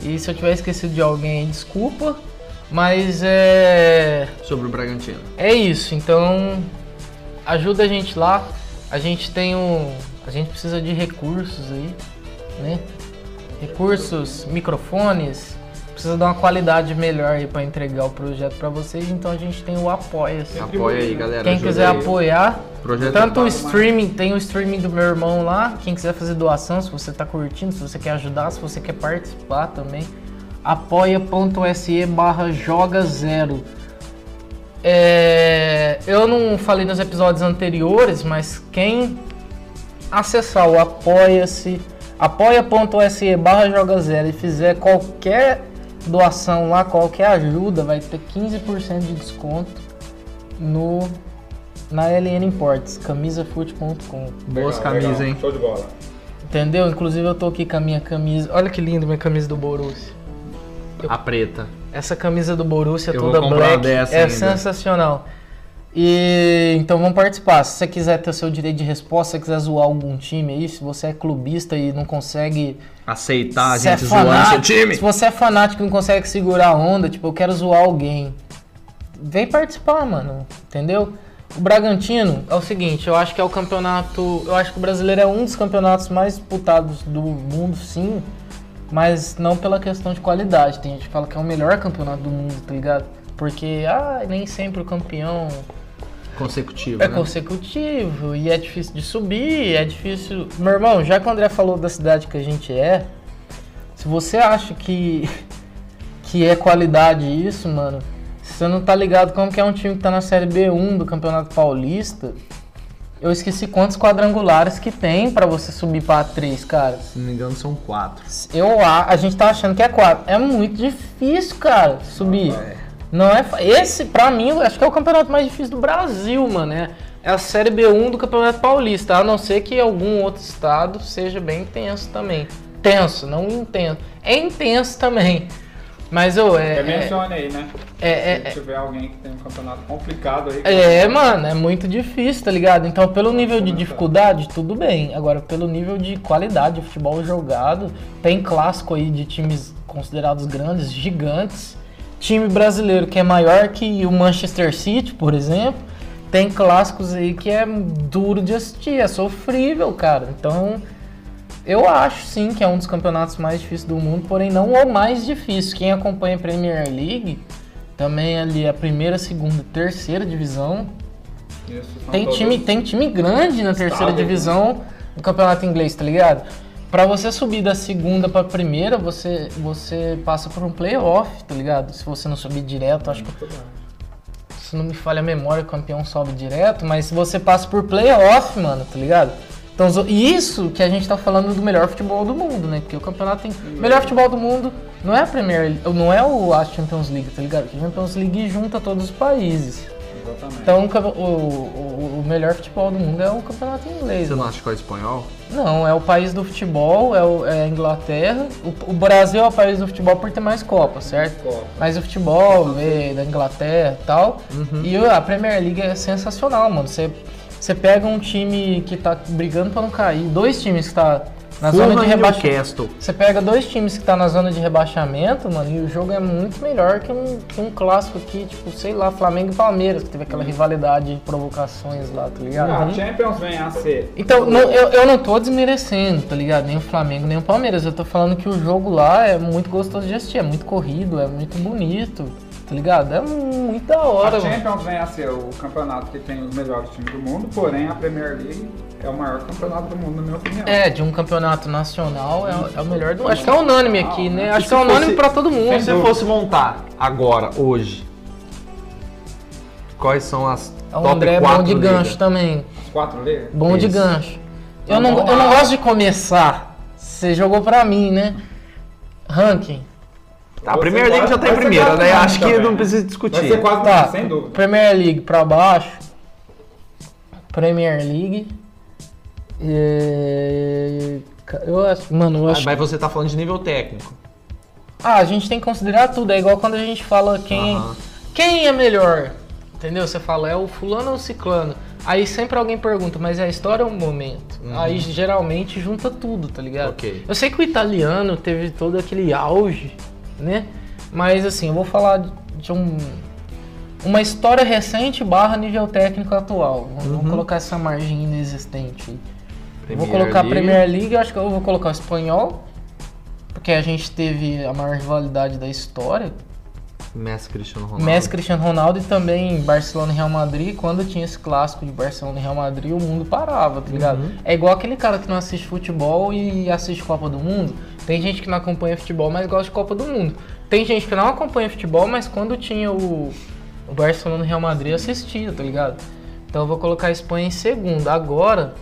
D: E se eu tiver esquecido de alguém, desculpa. Mas é.
F: Sobre o Bragantino.
D: É isso. Então ajuda a gente lá. A gente tem um. A gente precisa de recursos aí, né? Recursos, microfones. Precisa dar uma qualidade melhor aí pra entregar o projeto pra vocês. Então a gente tem o Apoia-se.
F: Apoia aí, galera.
D: Quem
F: ajuda
D: quiser
F: aí.
D: apoiar,
F: Projeto tá
D: tanto o
F: Paulo
D: streaming, tem o streaming do meu irmão lá. Quem quiser fazer doação, se você tá curtindo, se você quer ajudar, se você quer participar também, apoia.se barra joga zero. É, eu não falei nos episódios anteriores, mas quem acessar o apoia-se, apoia.se barra joga zero e fizer qualquer doação lá, qualquer ajuda, vai ter 15% de desconto no na LN Imports, camisafute.com.
F: Boas
E: Legal,
F: camisas,
E: legal.
F: hein?
E: Show de bola.
D: Entendeu? Inclusive eu tô aqui com a minha camisa. Olha que linda minha camisa do Borussia.
F: A preta.
D: Essa camisa do Borussia
F: Eu vou
D: toda
F: comprar
D: black
F: uma dessa
D: é
F: ainda.
D: sensacional. E então vamos participar. Se você quiser ter o seu direito de resposta, se você quiser zoar algum time aí, se você é clubista e não consegue
F: Aceitar a
D: se é
F: gente zoando seu
D: fanático-
F: time.
D: Se você é fanático e não consegue segurar a onda, tipo, eu quero zoar alguém. Vem participar, mano. Entendeu? O Bragantino é o seguinte, eu acho que é o campeonato. Eu acho que o brasileiro é um dos campeonatos mais disputados do mundo, sim. Mas não pela questão de qualidade. Tem gente que fala que é o melhor campeonato do mundo, tá ligado? Porque, ah, nem sempre o campeão
F: Consecutivo,
D: é
F: né?
D: consecutivo e é difícil de subir, é difícil. Meu irmão, já que o André falou da cidade que a gente é, se você acha que que é qualidade isso, mano, você não tá ligado como que é um time que tá na série B1 do Campeonato Paulista. Eu esqueci quantos quadrangulares que tem pra você subir pra três, cara.
F: Se não me engano, são quatro.
D: Eu a, a gente tá achando que é quatro. É muito difícil, cara, subir. Não é. fa- Esse, pra mim, eu acho que é o campeonato mais difícil do Brasil, mano. É, é a Série B1 do Campeonato Paulista, a não ser que algum outro estado seja bem intenso também. Tenso, não intenso. É intenso também. Mas, ô, é.
E: Até
D: É,
E: mencione aí, né?
D: é, é-
E: Se tiver alguém que tem um campeonato complicado aí.
D: é, mano, é muito difícil, tá ligado? Então, pelo nível de dificuldade, tudo bem. Agora, pelo nível de qualidade de futebol jogado, tem clássico aí de times considerados grandes, gigantes. Time brasileiro que é maior que o Manchester City, por exemplo. Tem clássicos aí que é duro de assistir, é sofrível, cara. Então, eu acho sim que é um dos campeonatos mais difíceis do mundo, porém não o mais difícil. Quem acompanha a Premier League, também ali a primeira, segunda, terceira divisão.
E: Isso, são
D: Tem
E: todos-
D: time, tem time grande na terceira
E: Estado, né?
D: divisão do campeonato inglês, tá ligado? Pra você subir da segunda pra primeira, você, você passa por um playoff, tá ligado? Se você não subir direto, acho que se não me falha a memória, o campeão sobe direto, mas se você passa por playoff, mano, tá ligado? Então, zo- e isso que a gente tá falando do melhor futebol do mundo, né? Porque o campeonato tem. Melhor futebol do mundo não é a Premier League, não é o a Champions League, tá ligado? Porque a Champions League junta todos os países.
E: Exatamente.
D: Então, o, campe- o- o- o melhor futebol do mundo é o campeonato inglês.
F: Você não acha que é o espanhol?
D: Não, é o país do futebol, é, o- é a Inglaterra. O, o Brasil é o país do futebol por ter mais Copas, certo?
E: Copa.
D: Mas o futebol é, da Inglaterra e tal. E a Premier League é sensacional, mano. Você, você pega um time que tá brigando pra não cair, dois times que tá na zona
F: Fulham
D: de
F: e
D: rebaixamento.
F: Newcastle.
D: Você pega dois times que tá na zona de rebaixamento, mano, e o jogo é muito melhor que um, que um clássico aqui, tipo, sei lá, Flamengo e Palmeiras, que teve aquela rivalidade de provocações lá, tá ligado?
E: Ah, Champions vem a ser.
D: Então, não- eu, eu não tô desmerecendo, tá ligado? Nem o Flamengo, nem o Palmeiras. Eu tô falando que o jogo lá é muito gostoso de assistir, é muito corrido, é muito bonito, tá ligado? É muito da hora,
E: a
D: mano.
E: Champions vem a ser o campeonato que tem os melhores times do mundo, porém a Premier League é o maior campeonato do mundo, na minha opinião.
D: É, de um campeonato nacional é, é o melhor do Acho que é unânime aqui, né? Acho que é unânime
F: fosse-
D: pra todo
F: Se você
D: mundo.
F: fosse montar agora, hoje, quais são as
D: O
F: top
D: André é bom
F: quatro
D: de
F: ligas?
D: gancho também.
E: Os quatro ligas.
D: Bom de
F: Isso.
D: gancho. Eu não, eu não gosto de começar. Você jogou pra mim, né? Ranking.
F: Tá, a
E: Vai
F: Premier
E: ser
F: League já
E: quase-
F: tá em
E: vai ser
F: primeira,
E: quase
F: né?
E: nada
F: Acho que
E: também,
F: não
E: né?
F: precisa
E: Vai ser
F: discutir.
E: quase
D: Tá,
E: nada, sem dúvida.
D: Premier League pra baixo. Premier League. É, ca- Eu acho, mano, eu
F: Ah,
D: acho.
F: Mas você tá falando de nível técnico.
D: Ah, a gente tem que considerar tudo. É igual quando a gente fala quem,
F: Aham.
D: quem é melhor. Entendeu? Você fala, é o fulano ou o ciclano. Aí sempre alguém pergunta, mas é a história ou o momento? Aí geralmente junta tudo, tá ligado?
F: Uhum. Ok.
D: Eu sei que o italiano teve todo aquele auge, né? Mas assim, eu vou falar de um, uma história recente barra nível técnico atual. Vamos-
F: Uhum.
D: Vamos colocar essa margem inexistente aí. Eu vou
F: Premier
D: colocar a
F: League.
D: Premier League, eu acho que eu vou colocar o espanhol, porque a gente teve a maior rivalidade da história.
F: Messi, Cristiano Ronaldo.
D: Messi, Cristiano Ronaldo e também Barcelona e Real Madrid. Quando tinha esse clássico de Barcelona e Real Madrid, o mundo parava, tá ligado? É igual aquele cara que não assiste futebol e assiste Copa do Mundo. Tem gente que não acompanha futebol, mas gosta de Copa do Mundo. Tem gente que não acompanha futebol, mas quando tinha o, o Barcelona e Real Madrid, assistia, tá ligado? Então eu vou colocar a Espanha em segundo. Agora,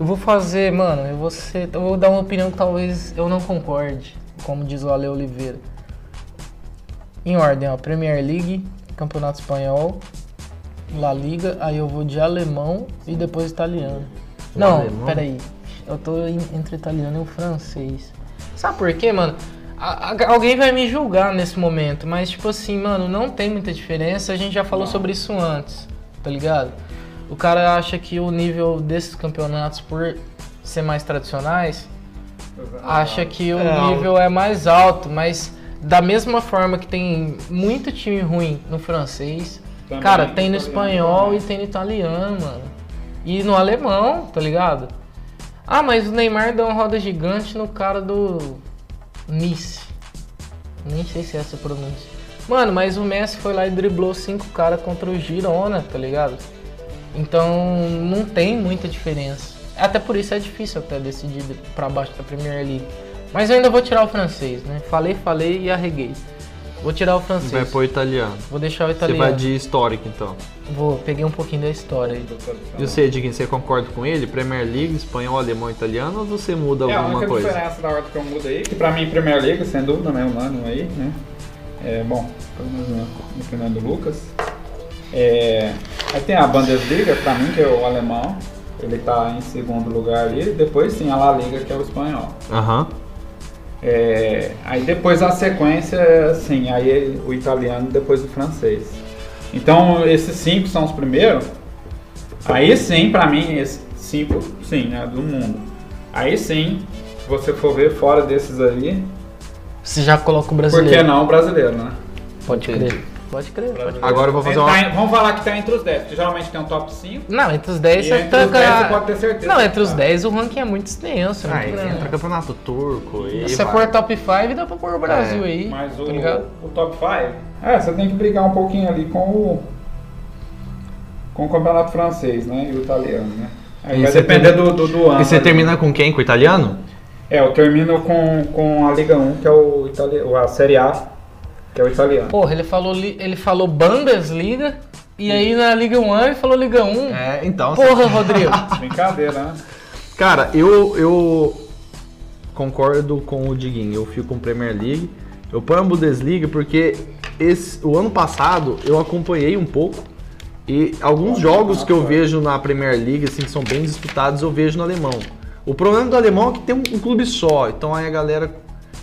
D: eu vou fazer, mano, eu vou, ser, eu vou dar uma opinião que talvez eu não concorde, como diz o Ale Oliveira. Em ordem, ó, Premier League, Campeonato Espanhol, La Liga, aí eu vou de alemão e depois italiano.
F: O
D: não,
F: alemão?
D: peraí. Eu tô em- entre o italiano e o francês. Sabe por quê, mano? A- a- alguém vai me julgar nesse momento, mas tipo assim, mano, não tem muita diferença, a gente já falou sobre isso antes, tá ligado? O cara acha que o nível desses campeonatos, por ser mais tradicionais, acha que o
F: É,
D: nível é mais alto, mas da mesma forma que tem muito time ruim no francês,
E: Também
D: cara,
E: no
D: tem no
E: italiano
D: espanhol
E: também.
D: e tem no italiano, mano. E no alemão, tá ligado? Ah, mas o Neymar deu uma roda gigante no cara do Nice. Nem sei se é essa a pronúncia. Mano, mas o Messi foi lá e driblou cinco caras contra o Girona, tá ligado? Então não tem muita diferença. Até por isso é difícil até decidir pra baixo da Premier League. Mas eu ainda vou tirar o francês, né? Falei, falei e arreguei. Vou tirar o francês.
F: Vai pôr italiano.
D: Vou deixar o
F: Você
D: italiano.
F: vai de histórico, então.
D: Vou, peguei um pouquinho da história aí.
F: E você, Diggins, você concorda com ele? Premier League, espanhol, alemão, italiano? Ou você muda
E: É, a
F: alguma
E: única
F: coisa?
E: diferença da ordem que eu mudo aí, que pra mim Premier League, sem dúvida, né? O Nano aí, né? É, bom, pelo menos na na opinião do Lucas. É, aí tem a Bundesliga, pra mim, que é o alemão. Ele tá em segundo lugar ali. Depois sim a La Liga, que é o espanhol.
F: Aham.
E: É, aí depois a sequência, assim, aí o italiano, depois o francês. Então esses cinco são os primeiros. Aí sim, pra mim, esses cinco, sim, né, do mundo. Aí sim, se você for ver fora desses aí,
D: Você já coloca o
E: por que
D: brasileiro.
E: não o brasileiro, né?
D: Pode
F: Entendi.
D: crer. Pode crer, pode crer.
F: Agora eu vou fazer
E: Ele
F: uma.
E: tá em- vamos falar que tá entre os 10, porque geralmente tem um top 5.
D: Não, entre os 10
E: E
D: você
E: entre os
D: taca-
E: 10 você pode ter certeza.
D: Não, entre os
E: Tá.
D: 10 o ranking é muito extenso. é
F: Ah,
D: muito grande.
F: entra campeonato turco e.
D: Se você
F: vai.
D: for top 5, dá pra pôr o Brasil
F: É,
D: aí.
E: Mas o,
D: Tá ligado?
E: o top 5, é, você tem que brigar um pouquinho ali com o com o campeonato francês, né? E o italiano, né? Aí
F: E
E: vai
F: você
E: depender
F: tem-
E: do, do, do ano. né?
F: E você
E: ali.
F: termina com quem? Com o italiano?
E: É, eu termino com, com a Liga 1, que é o italiano, a Série A, que é o italiano.
D: Porra, ele falou, li- ele falou Bundesliga e aí na Liga 1 ele falou Liga 1.
F: É, então.
D: Porra, Rodrigo.
E: Brincadeira, né?
F: Cara, eu, eu concordo com o Diguinho. Eu fico com Premier League. Eu ponho a Bundesliga porque esse, o ano passado eu acompanhei um pouco. E
D: Ah,
F: alguns
D: tá
F: jogos que eu vejo na Premier League, assim, que são bem disputados, eu vejo no alemão. O problema do alemão é que tem um, um clube só. Então aí a galera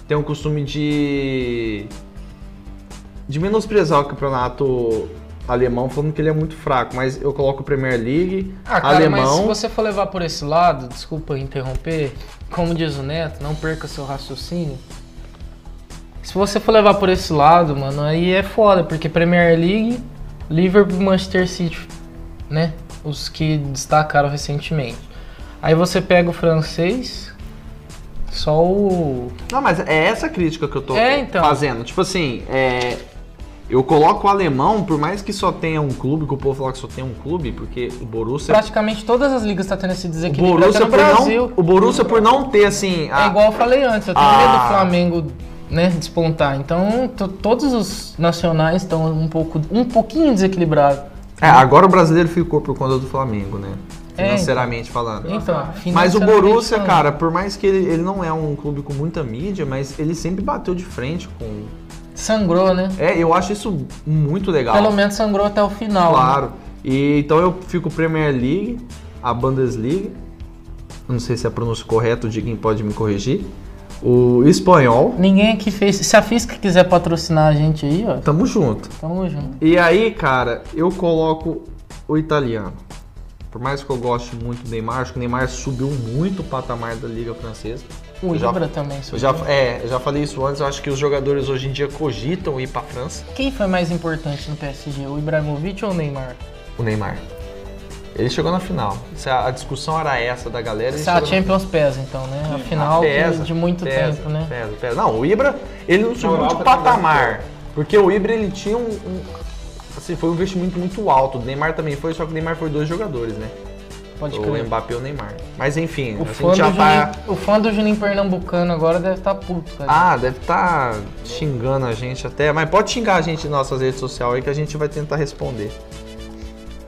F: tem o costume de. de menosprezar o campeonato alemão, falando que ele é muito fraco. Mas eu coloco Premier League,
D: Ah, cara, mas se
F: alemão.
D: você for levar por esse lado, desculpa interromper, como diz o Neto, não perca seu raciocínio. Se você for levar por esse lado, mano, aí é foda, porque Premier League, Liverpool e Manchester City, né? Os que destacaram recentemente. Aí você pega o francês, só o.
F: Não, mas é essa crítica que eu tô
D: É, então.
F: fazendo. Tipo assim, é, eu coloco o alemão, por mais que só tenha um clube, que o povo fala que só tem um clube, porque o Borussia.
D: Praticamente todas as ligas tá tendo esse
F: O
D: desequilíbrio até
F: Borussia,
D: no
F: por
D: Brasil.
F: não, o Borussia por não ter, assim. a-
D: É igual eu falei antes, eu tenho
F: Ah.
D: medo do Flamengo né, despontar. Então, to- todos os nacionais estão um pouco um pouquinho desequilibrados.
F: É, agora o brasileiro ficou por conta do Flamengo, né? financeiramente falando.
D: Então,
F: Ah. Mas o
D: financeiramente
F: Borussia,
D: falando.
F: cara, por mais que ele, ele não é um clube com muita mídia, mas ele sempre bateu de frente com.
D: Sangrou, né?
F: É, eu acho isso muito legal.
D: Pelo menos sangrou até o final. né?
F: Claro. E, então eu fico Premier League, a Bundesliga, não sei se é a pronúncia correta, o Diguinho pode me corrigir. O espanhol,
D: Ninguém aqui fez. Se a Fisca quiser patrocinar a gente aí, ó,
F: tamo junto.
D: tamo junto.
F: E aí, cara, eu coloco o italiano. Por mais que eu goste muito do Neymar, acho que o Neymar subiu muito o patamar da Liga Francesa.
D: O
F: Eu já-
D: Ibra também.
F: Eu
D: subiu.
F: já, é, eu já falei isso antes, eu acho que os jogadores hoje em dia cogitam ir pra França.
D: Quem foi mais importante no PSG? O Ibrahimovic ou o Neymar?
F: O Neymar. Ele chegou na final. Se a, a discussão era essa da galera. ele
D: Se a
F: chegou na-
D: Champions pesa, então, né? A final que-
F: Pesa,
D: de muito
F: pesa,
D: tempo, né?
F: Pesa, pesa. Não, o Ibra, ele não subiu
E: Europa
F: de
E: também.
F: patamar. Porque o Ibra, ele tinha um, um- Assim, foi um investimento muito alto. O Neymar também foi, só que o Neymar foi dois jogadores, né?
D: Pode
F: o
D: crer.
F: Mbappé e o Neymar. Mas enfim,
D: O
F: a
D: fã,
F: gente
D: do
F: já tá...
D: Juninho, o fã do Juninho Pernambucano agora deve estar puto, cara.
F: Ah, deve estar xingando a gente até. Mas pode xingar a gente em nossas redes sociais aí que a gente vai tentar responder.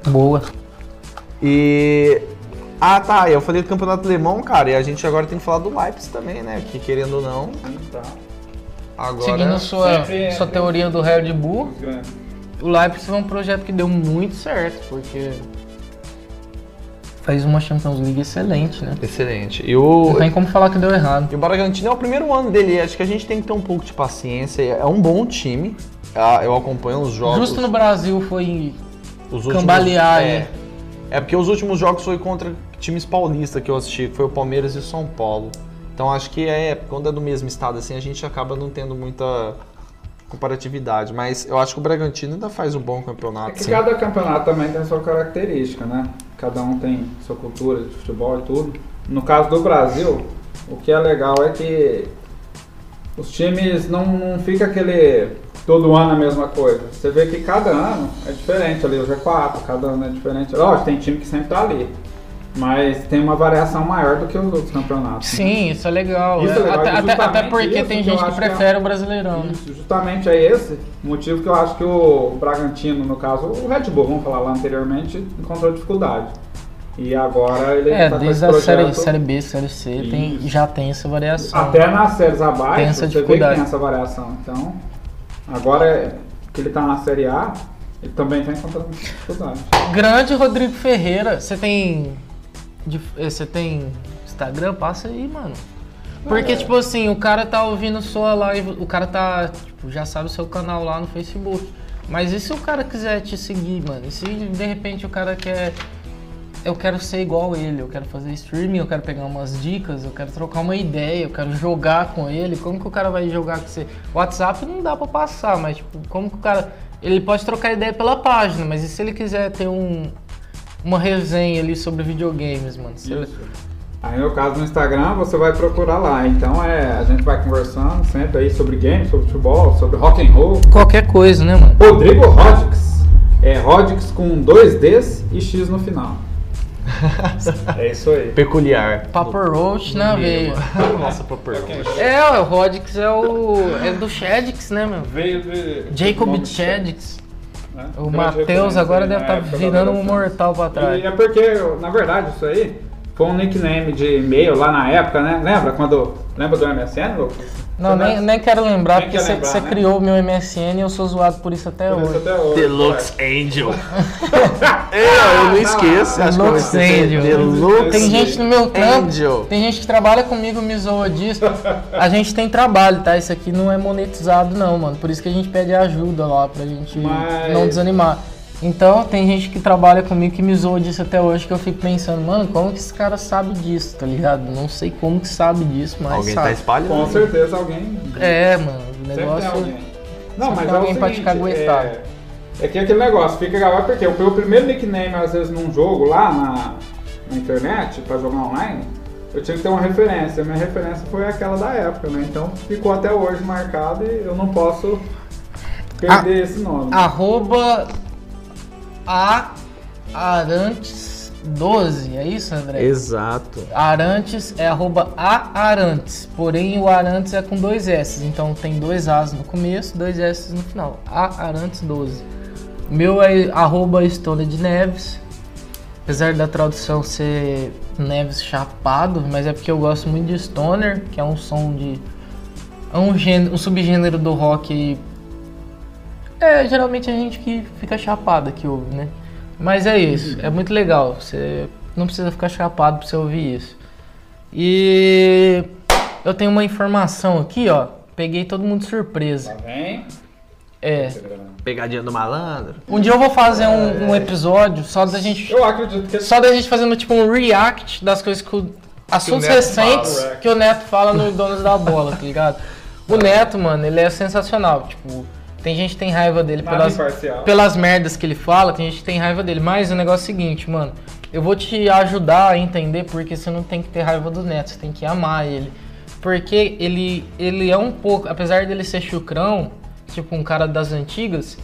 D: Boa.
F: E. Ah, tá. Eu falei do campeonato alemão, cara. E a gente agora tem que falar do Leipzig também, né? Que querendo ou não,
E: Então,
F: agora.
D: Seguindo sua,
E: sempre- é, né?
D: sua teoria do Red Bull,
E: os grandes.
D: o Leipzig foi um projeto que deu muito certo, porque fez uma Champions League excelente, né?
F: Excelente. E o.
D: Não tem como falar que deu errado.
F: E o Bragantino é o primeiro ano dele. Acho que a gente tem que ter um pouco de paciência. É um bom time. Ah, Eu acompanho os jogos.
D: Justo no Brasil foi
F: os
D: cambalear,
F: é,
D: né?
F: é porque os últimos jogos foi contra times paulistas que eu assisti, que foi o Palmeiras e o São Paulo. Então acho que é, quando é do mesmo estado assim, a gente acaba não tendo muita comparatividade. Mas eu acho que o Bragantino ainda faz um bom
E: É
F: campeonato.
E: que
F: sim.
E: cada campeonato também tem sua característica, né? Cada um tem sua cultura de futebol e tudo. No caso do Brasil, o que é legal é que os times não, não fica aquele todo ano a mesma coisa. Você vê que cada ano é diferente ali, o G4, cada ano é diferente. Lógico, tem time que sempre tá ali. Mas tem uma variação maior do que os outros campeonatos. né?
D: Sim, isso é legal.
E: Isso é legal,
D: até,
E: e
D: até-
E: justamente
D: até porque tem
E: isso que
D: gente
E: eu
D: que
E: acho que é-
D: prefere o Brasileirão, né?
E: Isso, justamente é esse o motivo que eu acho que o Bragantino, no caso, o Red Bull, vamos falar lá anteriormente, encontrou dificuldade. E agora ele
D: É,
E: tá com esse
D: desde a série,
E: projeto.
D: série B, série C, tem,
E: Isso.
D: já tem essa variação.
E: Até nas séries abaixo,
D: Tem essa
E: você vê que
D: dificuldade.
E: tem essa variação. Então, agora que ele tá na série A, ele também tá encontrando dificuldade.
D: Grande Rodrigo Ferreira, você tem. de- eh, Você tem Instagram? Passa aí, mano. Porque, tipo assim, o cara tá ouvindo sua live, o cara tá, tipo, já sabe o seu canal lá no Facebook. Mas e se o cara quiser te seguir, mano? E se de repente o cara quer. Eu quero ser igual ele, eu quero fazer streaming, eu quero pegar umas dicas, eu quero trocar uma ideia, eu quero jogar com ele. Como que o cara vai jogar com você? WhatsApp não dá pra passar, mas tipo, como que o cara. Ele pode trocar ideia pela página, mas e se ele quiser ter um. Uma resenha ali sobre videogames, mano? Se ele-
E: Aí no caso no Instagram, você vai procurar lá. Então é, a gente vai conversando sempre aí sobre games, sobre futebol, sobre rock and roll.
D: Qualquer coisa, né, mano?
E: Rodrigo Rodix. É Rodix com dois Ds e X no final. é isso aí.
F: Peculiar.
D: Papo Roach na veia.
F: Nossa, Papo Roach.
D: É, ué, o Rodix é o. é do Shadix, né, meu?
E: Veio de.
D: Jacob
E: nome de-
D: Shadix.
E: né?
D: O
E: Grande
D: Matheus
E: referência
D: agora
E: aí
D: deve
E: na
D: estar
E: né? época da
D: virando um
E: adolescência.
D: mortal pra trás.
E: E é porque, na verdade, isso aí foi um nickname de e-mail lá na época, né? Lembra quando. Lembra do MSN, Lucas?
D: Não, nem, nem quero lembrar,
E: Nem
D: porque
E: quer
D: você
E: lembrar,
D: você
E: né? é,
D: criou o meu MSN e eu sou zoado por isso até
E: Por isso
D: hoje.
E: até hoje,
F: Deluxe Angel. É, eu não esqueço. acho que eu vou
D: Deluxe
F: esquecer.
D: Angel.
F: Deluxe
D: Tem gente no meu trampo,
F: Angel.
D: tem gente que trabalha comigo, me zoa disso. A gente tem trabalho, tá? Isso aqui não é monetizado não, mano. Por isso que a gente pede ajuda lá, pra gente
E: Mas-
D: não desanimar. Então, tem gente que trabalha comigo que me zoa disso até hoje, que eu fico pensando, mano, como que esse cara sabe disso, tá ligado? Não sei como que sabe disso, mas
F: Alguém tá
D: sabe.
E: é.
F: espalhando.
E: Com certeza alguém.
D: É, mano, o
E: Sempre tem
D: negócio...
E: alguém. Não,
D: Sempre
E: mas
D: tem
E: é o
D: alguém pra te
E: seguinte,
D: caguetar.
E: É, é que é aquele negócio, fica gravado porque o meu primeiro nickname, às vezes, num jogo lá na, na internet, pra jogar online, eu tinha que ter uma referência. Minha referência foi aquela da época, né? Então ficou até hoje marcado e eu não posso
D: Ah,
E: perder esse nome.
D: Arroba a Arantes 12, é isso, André?
F: Exato.
D: Arantes é arroba a Arantes, porém o Arantes é com dois S, então tem dois As no começo, dois S no final. A Arantes 12. Meu é arroba Stone de Neves. Apesar da tradução ser Neves Chapado, mas é porque eu gosto muito de Stoner, que é um som de. É um, gênero, um subgênero do rock. É, geralmente a gente que fica chapada que ouve, né? Mas é isso, é muito legal. Você não precisa ficar chapado pra você ouvir isso. E eu tenho uma informação aqui, ó. Peguei todo mundo de
E: Tá
D: surpresa.
E: bem?
D: É.
F: Pegadinha do malandro.
D: Um dia eu vou fazer um, um episódio só da gente
E: Eu acredito que é
D: Só da gente fazendo tipo um react das coisas que o. Assuntos
E: Neto
D: recentes
E: fala, react.
D: que o Neto fala no Donos da Bola, tá ligado? O Neto, mano, ele é sensacional. Tipo, tem gente que tem raiva dele
E: Nada
D: pelas,
E: imparcial.
D: pelas merdas que ele fala, tem gente que tem raiva dele. Mas o negócio é o seguinte, mano, eu vou te ajudar a entender porque você não tem que ter raiva do Neto, você tem que amar ele. Porque ele, ele é um pouco, apesar dele ser chucrão, tipo um cara das antigas,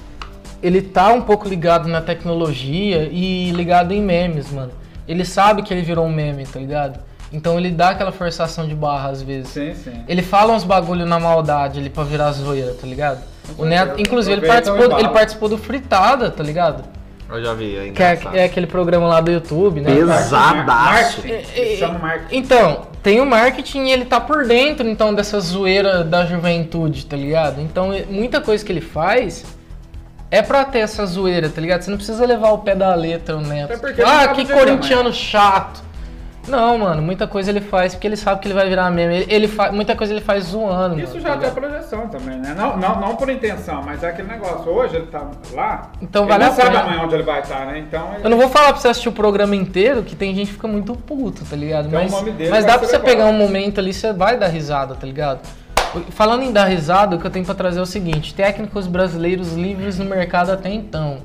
D: ele tá um pouco ligado na tecnologia e ligado em memes, mano. Ele sabe que ele virou um meme, tá ligado? Então ele dá aquela forçação de barra às vezes.
E: Sim, sim.
D: Ele fala uns bagulho na maldade ali pra virar zoeira, tá ligado? O Neto,
E: certeza.
D: inclusive, ele
E: Aproveita
D: participou,
E: e
D: ele
E: bala.
D: participou do Fritada, tá ligado?
F: Eu já vi, é
D: Que é,
F: engraçado.
D: é aquele programa lá do YouTube, né?
F: Pesado. Pesadaço.
E: Marketing.
D: É, é,
E: Eles chamam um marketing.
D: Então, tem o marketing e ele tá por dentro, então, dessa zoeira da juventude, tá ligado? Então, é- muita coisa que ele faz é pra ter essa zoeira, tá ligado? Você não precisa levar o pé da letra, o
E: Até
D: Neto.
E: É porque
D: Tipo,
E: ele
D: Ah,
E: sabe
D: que
E: dizer também.
D: corintiano chato. Não, mano, muita coisa ele faz porque ele sabe que ele vai virar meme. Ele, ele fa- muita coisa ele faz zoando.
E: Isso
D: mano,
E: já
D: tá
E: tem
D: ligado?
E: projeção também, né? Não, não, não por intenção, mas é aquele negócio. Hoje ele tá lá.
D: Então
E: ele
D: vale
E: não
D: a
E: sabe
D: pena.
E: amanhã onde ele vai estar, né? Então
D: Eu não vou falar pra você assistir o programa inteiro, que tem gente que fica muito puto, tá ligado?
E: Então,
D: mas
E: o nome dele
D: mas
E: vai
D: dá pra
E: ser
D: você
E: legal.
D: pegar um momento ali, você vai dar risada, tá ligado? Falando em dar risada, o que eu tenho pra trazer é o seguinte: técnicos brasileiros livres no mercado até então.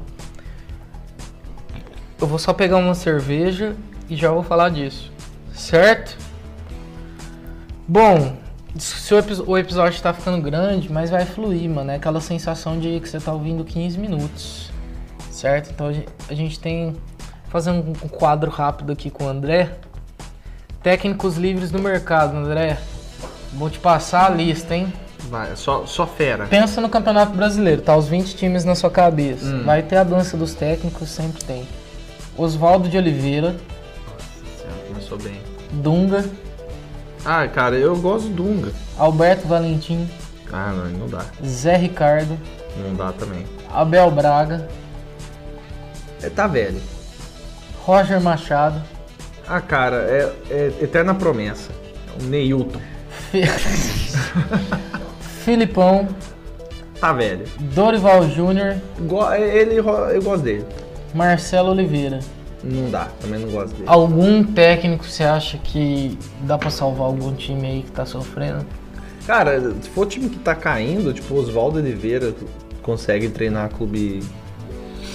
D: Eu vou só pegar uma cerveja e já vou falar disso, certo? Bom, se o, epi- o episódio tá ficando grande, mas vai fluir, mano. É aquela sensação de que você tá ouvindo 15 minutos, certo? Então a gen- a gente tem. Fazendo um um quadro rápido aqui com o André. Técnicos livres do mercado, André. Vou te passar a lista, hein?
F: Vai, só, só fera.
D: Pensa no Campeonato Brasileiro, tá? Os 20 times na sua cabeça. Vai ter a dança dos técnicos, sempre tem. Oswaldo de Oliveira,
F: Começou bem.
D: Dunga,
F: Ah, cara, eu gosto do Dunga.
D: Alberto Valentim,
F: Ah, não, não dá.
D: Zé Ricardo,
F: Não dá também.
D: Abel Braga,
F: É, tá velho.
D: Roger Machado,
F: Ah, cara, é, é eterna promessa. É o Neilton.
D: Fi- Filipão,
F: Tá velho.
D: Dorival Júnior,
F: Go- é, ele, ro- eu gosto dele.
D: Marcelo Oliveira.
F: Não dá, também não gosto dele.
D: Algum técnico você acha que dá pra salvar algum time aí que tá sofrendo?
F: Cara, se for time que tá caindo, tipo, Oswaldo Oliveira consegue treinar clube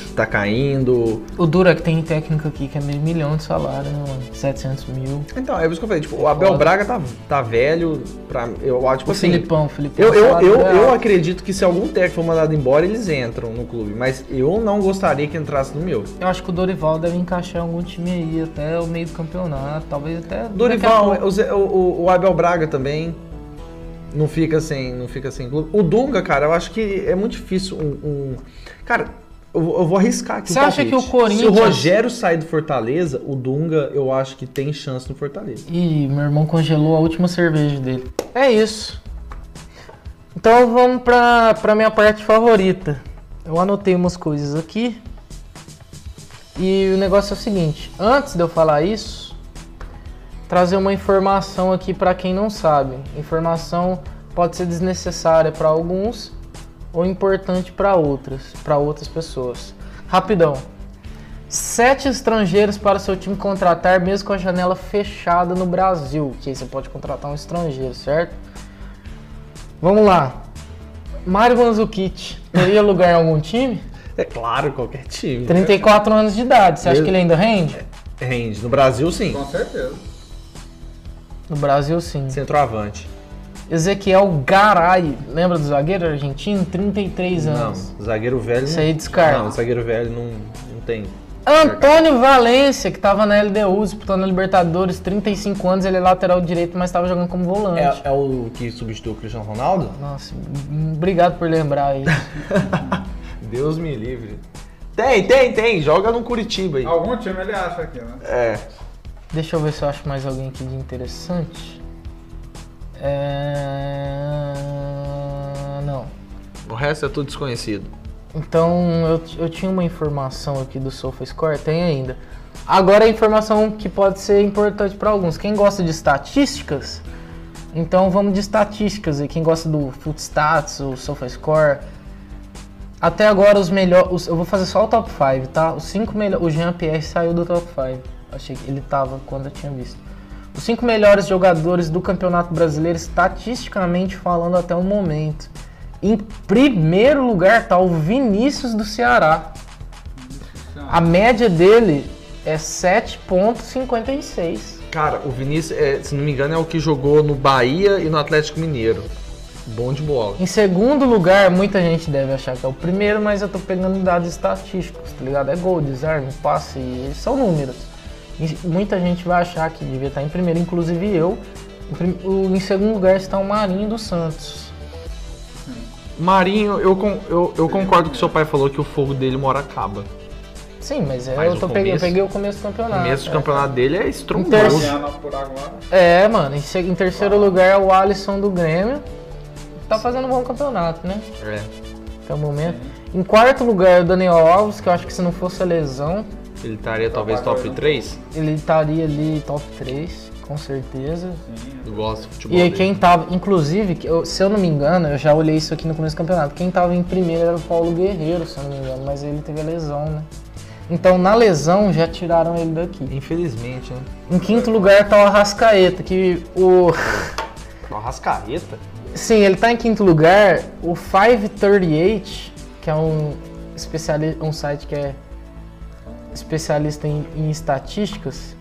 F: que tá caindo.
D: O Dura que tem técnico aqui que é meio milhão de salário, né, mano? 700 mil.
F: Então, é isso que eu falei, tipo, o Abel
D: Foda.
F: Braga tá, tá velho, pra, eu acho, tipo
D: O
F: assim...
D: Filipão, o Filipão.
F: Eu,
D: o
F: eu,
D: salário
F: eu,
D: é
F: eu
D: alto.
F: acredito que se algum técnico for mandado embora, eles entram no clube. Mas eu não gostaria que entrasse no meu.
D: Eu acho que o Dorival deve encaixar em algum time aí até o meio do campeonato, talvez até. daqui a
F: Dorival,
D: pouco.
F: o, Zé- o- o- o Abel Braga também não fica sem, não fica sem clube. O Dunga, cara, eu acho que é muito difícil um. um- Cara, eu, vou- eu vou arriscar aqui. um
D: Você acha
F: palpite.
D: que o Corinthians-
F: Se o Rogério sair do Fortaleza, o Dunga, eu acho que tem chance no Fortaleza.
D: Ih, meu irmão congelou a última cerveja dele. É isso. Então vamos pra, pra minha parte favorita. Eu anotei umas coisas aqui. E o negócio é o seguinte: antes de eu falar isso, trazer uma informação aqui pra quem não sabe. Informação pode ser desnecessária pra alguns ou importante pra outras, para outras pessoas. Rapidão. Sete estrangeiros para o seu time contratar, mesmo com a janela fechada no Brasil. Que aí você pode contratar um estrangeiro, certo? Vamos lá. Mário Manzukic teria lugar em algum time?
F: É claro, qualquer time.
D: 34 anos de idade, você acha
F: Mesmo?
D: que ele ainda rende?
F: Rende. No Brasil, sim.
E: Com certeza.
D: No Brasil, sim.
F: Centroavante.
D: Ezequiel Garay, lembra do zagueiro argentino? 33
F: Não,
D: anos.
F: zagueiro velho.
D: Isso
F: não-
D: aí descarta.
F: Não, zagueiro velho não, não tem.
D: Antônio Valência, que tava na LDU disputando a Libertadores, 35 anos, ele é lateral direito, mas tava jogando como volante.
F: É, é o que substituiu o Cristiano Ronaldo?
D: Nossa, m- obrigado por lembrar isso.
F: Deus me livre. Tem, tem, tem. Joga no Curitiba aí.
E: Algum time ele acha aqui, né?
F: É.
D: Deixa eu ver se eu acho mais alguém aqui de interessante. É... Não.
F: O resto é tudo desconhecido.
D: Então, eu, eu tinha uma informação aqui do SofaScore, tem ainda. Agora, é a informação que pode ser importante para alguns. Quem gosta de estatísticas, então vamos de estatísticas. E quem gosta do Footstats, o SofaScore. Até agora, os melhores. Eu vou fazer só o top 5, tá? Os cinco melhores. O Jean-Pierre saiu do top 5. Achei que ele tava quando eu tinha visto. Os cinco melhores jogadores do Campeonato Brasileiro, estatisticamente falando, até o momento. Em primeiro lugar tá o Vinícius do Ceará. A média dele é 7.56.
F: Cara, o Vinícius, é, se não me engano, é o que jogou no Bahia e no Atlético Mineiro. Bom de bola.
D: Em segundo lugar, muita gente deve achar que é o primeiro, mas eu tô pegando dados estatísticos, tá ligado? É gol, desarme, passe, eles são números. E muita gente vai achar que devia estar em primeiro, inclusive eu. Em prim- o- Em segundo lugar está o Marinho dos Santos.
F: Marinho, eu, con- eu, eu concordo que seu pai falou que o fogo dele mora acaba.
D: Sim, mas, é,
F: Mas
D: eu,
F: o
D: tô peguei, eu
F: começo-
D: peguei o começo do
F: O
D: campeonato.
F: começo do
D: é.
F: campeonato dele Ah, é
D: Terceiro.
E: Esse
F: estrondoso.
E: ano por agora.
D: É, mano, em, se- em terceiro lugar é o Alisson do Grêmio. Tá fazendo um bom campeonato, né?
F: É,
D: Até o momento. Em quarto lugar é o Daniel Alves, que eu acho que se não fosse a lesão,
F: ele estaria talvez top 3.
D: ele estaria ali top 3, com certeza.
F: Eu gosto de futebol
D: E aí
F: dele.
D: quem tava, inclusive, que eu- se eu não me engano, eu já olhei isso aqui no começo do campeonato. Quem tava em primeiro era o Paulo Guerreiro, se eu não me engano, mas ele teve a lesão, né? Então na lesão já tiraram ele daqui.
F: Infelizmente, né?
D: Em quinto lugar tá o Arrascaeta, que o.
F: O Arrascaeta.
D: Sim, ele tá em quinto lugar. O 538, que é um, especiali um site que é especialista em, em estatísticas,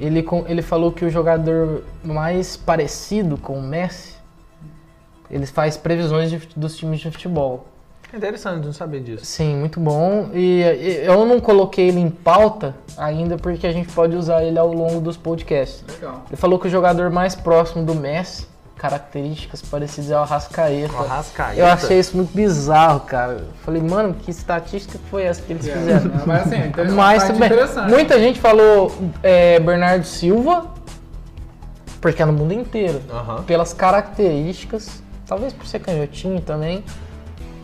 D: ele, com- ele falou que o jogador mais parecido com o Messi, ele faz previsões de fut- dos times de futebol.
F: É interessante não saber disso.
D: Sim, muito bom. E, e eu não coloquei ele em pauta ainda porque a gente pode usar ele ao longo dos podcasts.
E: Legal.
D: Ele falou que o jogador mais próximo do Messi, características parecidas é o Arrascaeta.
F: O Arrascaeta.
D: Eu achei isso muito bizarro, cara. Eu Falei, mano, que estatística foi essa que eles
E: É,
D: fizeram?
E: né? Mas assim, é interessante.
D: Mas
E: parte
D: tudo bem.
E: interessante.
D: Muita gente falou é, Bernardo Silva, porque é no mundo inteiro.
F: Aham.
D: Pelas características, talvez por ser canhotinho também.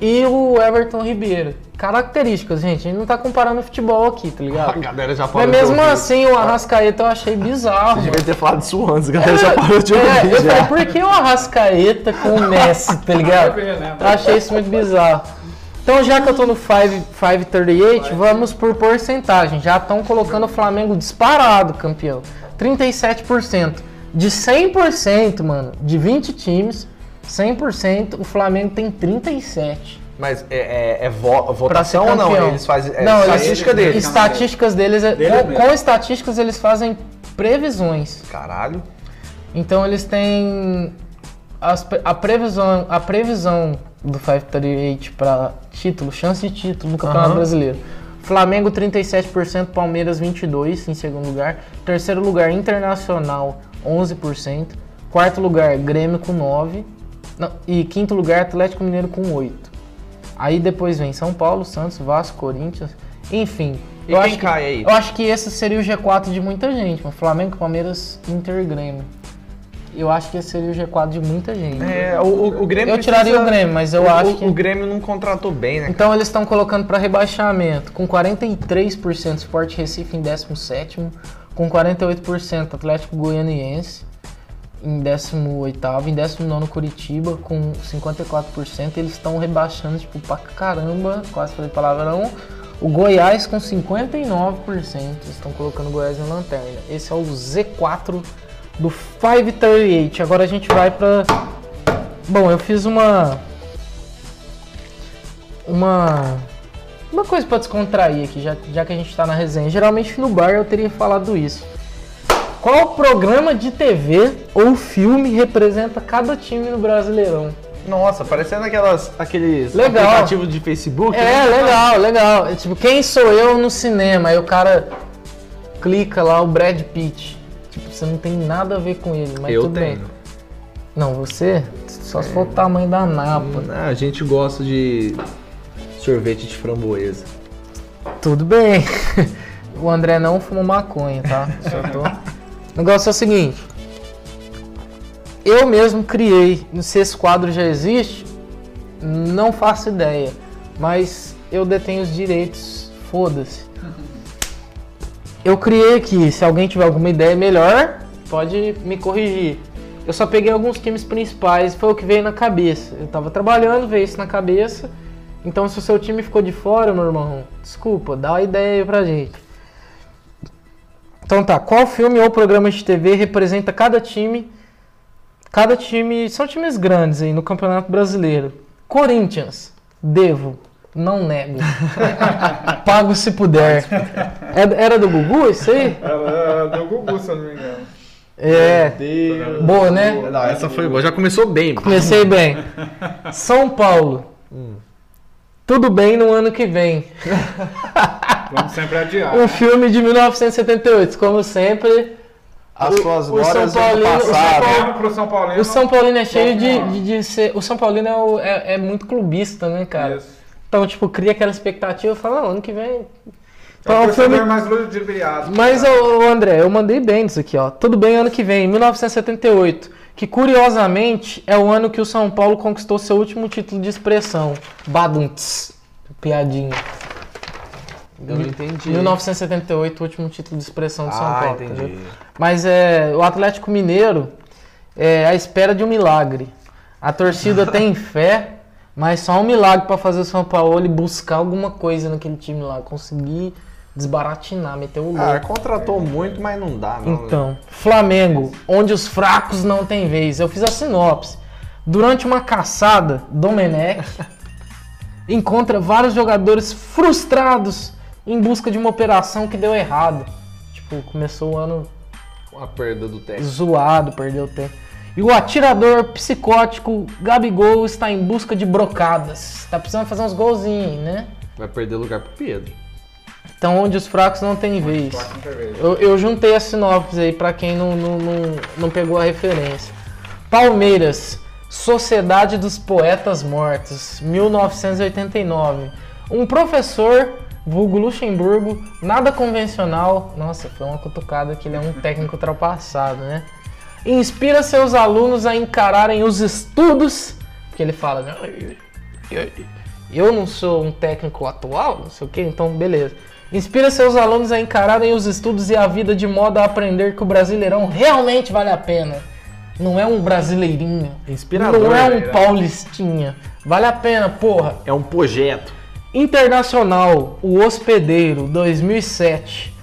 D: E o Everton Ribeiro. Características, gente. A gente não tá comparando futebol aqui, tá
F: A
D: ligado?
F: galera já parou
D: Mas
F: de
D: mesmo
F: ouvir.
D: assim, o Arrascaeta eu achei bizarro. mano.
F: Devia ter falado isso antes, a galera já parou de
D: É,
F: ouvir.
D: eu
F: já.
D: falei, por que o Arrascaeta com o Messi, tá ligado?
E: ver, né?
D: Eu achei isso muito bizarro. Então, já que eu tô no 5 538, vamos por porcentagem. Já estão colocando o Flamengo disparado, campeão. 37%. De 100%, mano, de 20 times, 100%, o Flamengo tem 37%.
F: Mas é, é, é vo-
D: Pra ser
F: votação ou não?
D: campeão.
F: Eles fazem. É
D: Não, eles-
F: estatística
E: eles-
F: deles.
D: Estatísticas deles, é-
E: Deles
D: com,
E: mesmo.
D: com estatísticas eles fazem previsões.
F: Caralho.
D: Então eles têm as pre- a previsão, a previsão do 538 para título, chance de título no Campeonato
F: Aham.
D: Brasileiro. Flamengo 37%, Palmeiras 22 em segundo lugar, terceiro lugar Internacional 11%, quarto lugar Grêmio com 9 não, e quinto lugar Atlético Mineiro com 8. Aí depois vem São Paulo, Santos, Vasco, Corinthians, enfim.
F: E quem cai aí?
D: Eu acho que esse seria o G4 de muita gente, mano. Flamengo, Palmeiras, Inter e Grêmio. Eu acho que esse seria o G4 de muita gente.
F: É, o, o- o Grêmio.
D: Eu tiraria o Grêmio, mas eu
F: o-
D: acho
F: o-
D: que-
F: O Grêmio não contratou bem, né?
D: Então eles estão colocando para rebaixamento com 43% Sport Recife em 17º, com 48% Atlético Goianiense em 18º, em 19º Curitiba com 54%. Eles estão rebaixando tipo pra caramba, quase falei palavrão. O Goiás com 59%, eles estão colocando o Goiás na lanterna. Esse é o Z4 do 538. Agora a gente vai pra Bom, eu fiz uma uma uma coisa pra descontrair aqui, já, já que a gente tá na resenha. Geralmente no bar eu teria falado isso. Qual programa de TV ou filme representa cada time no Brasileirão?
F: Nossa, parecendo aquelas, aqueles
D: Legal.
F: aplicativos de Facebook.
D: É,
F: né?
D: legal, legal. É tipo, quem sou eu no cinema? Aí o cara clica lá, o Brad Pitt. Tipo, você não tem nada a ver com ele, mas
F: Eu
D: tudo
F: tenho. É.
D: bem. Não, você? Só se for o tamanho da napa.
F: Ah, a gente gosta de sorvete de framboesa.
D: Tudo bem. O André não fuma maconha, tá? Só tô... O negócio é o seguinte. Eu mesmo criei, não sei se esse quadro já existe, não faço ideia, mas eu detenho os direitos, foda-se. Eu criei aqui, se alguém tiver alguma ideia melhor, pode me corrigir. Eu só peguei alguns times principais, foi o que veio na cabeça. Eu tava trabalhando, veio isso na cabeça. Então se o seu time ficou de fora, meu irmão, desculpa, dá a ideia aí pra gente. Então tá, qual filme ou programa de TV representa cada time? Cada time. São times grandes aí no Campeonato Brasileiro. Corinthians, devo, não nego. Pago se puder. É- Era do Gugu isso aí?
E: Ela deu É, Gugu, se eu não me engano.
D: É.
F: Deus.
D: Boa, né?
F: Não, essa foi boa. Já começou bem.
D: Comecei bem. São Paulo. Tudo bem no ano que vem.
E: Vamos sempre adiar.
D: Um filme de 1978, como sempre.
F: As suas
D: o- o São
F: horas do ano
D: Paulino- o São
F: passado.
D: Paulo-
E: Mesmo pro São Paulino.
D: O São Paulino é cheio
E: Bom,
D: de,
E: ó.
D: de, de ser. O São Paulino é, o- é- é muito clubista, né, cara?
E: Isso.
D: Então, tipo, cria aquela expectativa e fala, não, ano que vem. Então,
E: É
D: é
E: o
D: um filme.
E: torcedor mais ludibriado.
D: Mas, ô, ô, André, eu mandei bem disso aqui, ó. Tudo bem, ano que vem, 1978. Que curiosamente é o ano que o São Paulo conquistou seu último título de expressão. Badunts. Piadinha.
F: Eu não entendi.
D: 1978, o último título de expressão do São
F: Ah,
D: Paulo. entendeu?
F: entendi.
D: Mas é, o Atlético Mineiro é à espera de um milagre. A torcida tem fé, mas só um milagre para fazer o São Paulo buscar alguma coisa naquele time lá, conseguir desbaratinar, meter o
F: Ah,
D: louco.
F: contratou muito, mas não dá, não.
D: Então, Flamengo, onde os fracos não têm vez. Eu fiz a sinopse. Durante uma caçada, Domenech encontra vários jogadores frustrados em busca de uma operação que deu errado. Tipo, começou o ano
F: A perda do técnico.
D: zoado, perdeu tempo. E o atirador psicótico Gabigol está em busca de brocadas. Tá precisando fazer uns golzinhos, né?
F: Vai perder lugar pro Pedro.
D: Então, onde os fracos não têm vez. Eu, eu juntei a sinopse aí pra quem não, não, não, não pegou a referência. Palmeiras, Sociedade dos Poetas Mortos, 1989. Um professor, vulgo Luxemburgo, nada convencional. Nossa, foi uma cutucada que ele é um técnico ultrapassado, né? Inspira seus alunos a encararem os estudos. Porque ele fala, né? eu não sou um técnico atual, não sei o que, então beleza. Inspira seus alunos a encararem os estudos e a vida de modo a aprender que o brasileirão realmente vale a pena. Não é um brasileirinho.
F: Inspirador,
D: Não é um
F: né?
D: paulistinha. Vale a pena, porra.
F: É um projeto.
D: Internacional, o hospedeiro, 2007.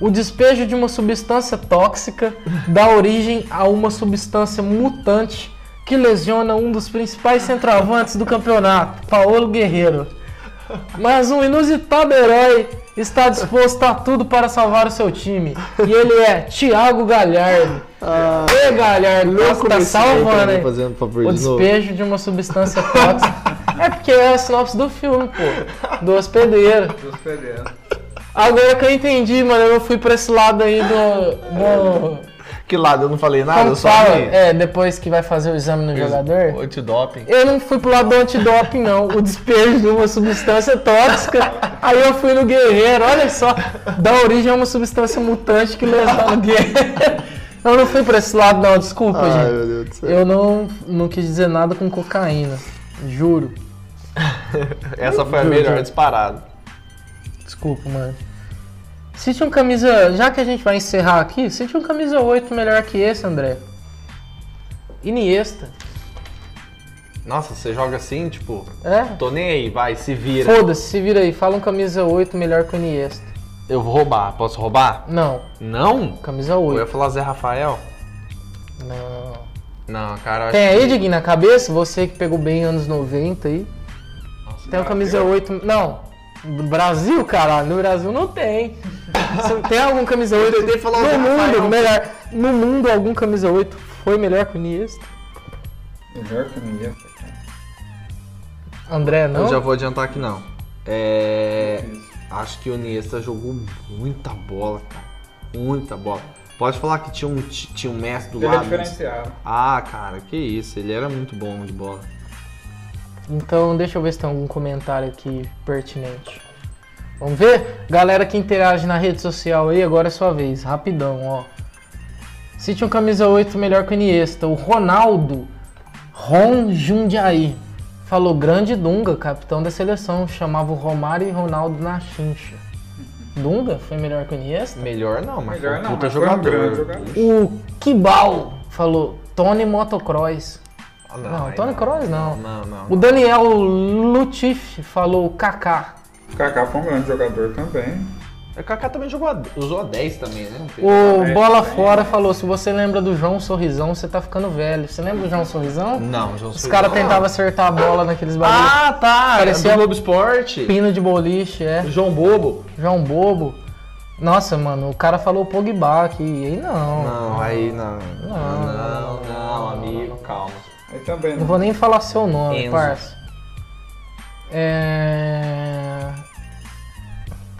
D: O despejo de uma substância tóxica dá origem a uma substância mutante que lesiona um dos principais centroavantes do campeonato, Paulo Guerreiro. Mas um inusitado herói está disposto a tudo para salvar o seu time. E ele é Thiago Galhardo. Ei, Galhardo, tá salvando, hein?
F: Fazendo favor
D: O
F: de novo.
D: despejo de uma substância tóxica. é porque é a sinopse do filme, pô. Do hospedeiro.
E: Dos perdendo.
D: Agora que eu entendi, mano, eu fui pra esse lado aí do. do
F: Que lado? Eu não falei nada,
D: como
F: Ah, eu só
D: fala?
F: falei.
D: É, depois que vai fazer o exame no jogador.
F: Antidoping.
D: Eu não fui pro lado do antidoping, não. O despejo de uma substância tóxica. Aí eu fui no guerreiro, olha só. Dá origem a uma substância mutante que lesiona o guerreiro. Eu não fui pra esse lado, não, desculpa,
F: Ah,
D: gente.
F: Deus do céu.
D: Eu não, não quis dizer nada com cocaína, juro.
F: Essa foi a melhor disparada.
D: Desculpa, mano. Cite um camisa. Já que a gente vai encerrar aqui, cite um camisa 8 melhor que esse, André. Iniesta.
F: Nossa, você joga assim, tipo,
D: É?
F: tô nem aí, vai, se vira.
D: Foda-se, se vira aí. Fala um camisa 8 melhor que o Iniesta.
F: Eu vou roubar, posso roubar?
D: Não,
F: Não?
D: camisa
F: Eu
D: 8.
F: ia falar Zé Rafael.
D: Não.
F: Não, cara, eu acho
D: Tem é aí,
F: que-
D: Diguinho, na cabeça? Você que pegou bem anos 90 aí.
F: Nossa,
D: Tem um camisa 8. Não. No Brasil, caralho. No Brasil não tem. Você Tem algum camisa 8?
F: tentei falar o
D: no
F: Zé Rafael.
D: mundo, melhor. No mundo, algum camisa 8 foi melhor que o Iniesta?
E: Melhor que ninguém.
D: André, não?
F: Eu já vou adiantar que não. É. Acho que o Iniesta jogou muita bola, cara. Muita bola. Pode falar que tinha um, ti- tinha um mestre do
E: Ele é
F: lado.
E: diferenciado.
F: Ah, cara, que isso. Ele era muito bom de bola.
D: Então, deixa eu ver se tem algum comentário aqui pertinente. Vamos ver? Galera que interage na rede social aí, agora é sua vez. Rapidão, ó. Cite um camisa 8 melhor que o Iniesta. O Ronaldo Ron Jundiaí falou grande Dunga, capitão da seleção. Chamava o Romário e Ronaldo na chincha. Dunga foi melhor que o Iniesta?
F: Melhor não, mas
E: Melhor
F: foi um
E: não,
F: puta
E: mas foi um
F: jogador.
E: grande jogador.
D: O Kibal falou Tony Motocross.
F: Ah,
D: Não,
F: aí
D: Tony Kroos não.
F: Não, não.
D: O Daniel Lutif falou Kaká.
E: O Kaká foi um grande jogador também.
F: O Kaká também jogou, a- usou a 10 também, né?
D: O
E: É,
D: Bola
E: também.
D: Fora falou: se você lembra do João Sorrisão, você tá ficando velho. Você lembra do João Sorrisão?
F: Não, já não
D: Os
F: sei.
D: caras tentavam acertar a bola naqueles bagulhos.
F: Ah, tá.
D: Parecia-
F: Parecia Globo Esporte.
D: Pino de boliche, é.
F: João Bobo.
D: João Bobo. Nossa, mano, o cara falou Pogba aqui. E aí não.
F: Não, aí não. Não, não, amigo, calma.
E: Aí também. né?
D: Não
E: Não
D: vou nem falar seu nome,
F: Enzo.
D: parça. É.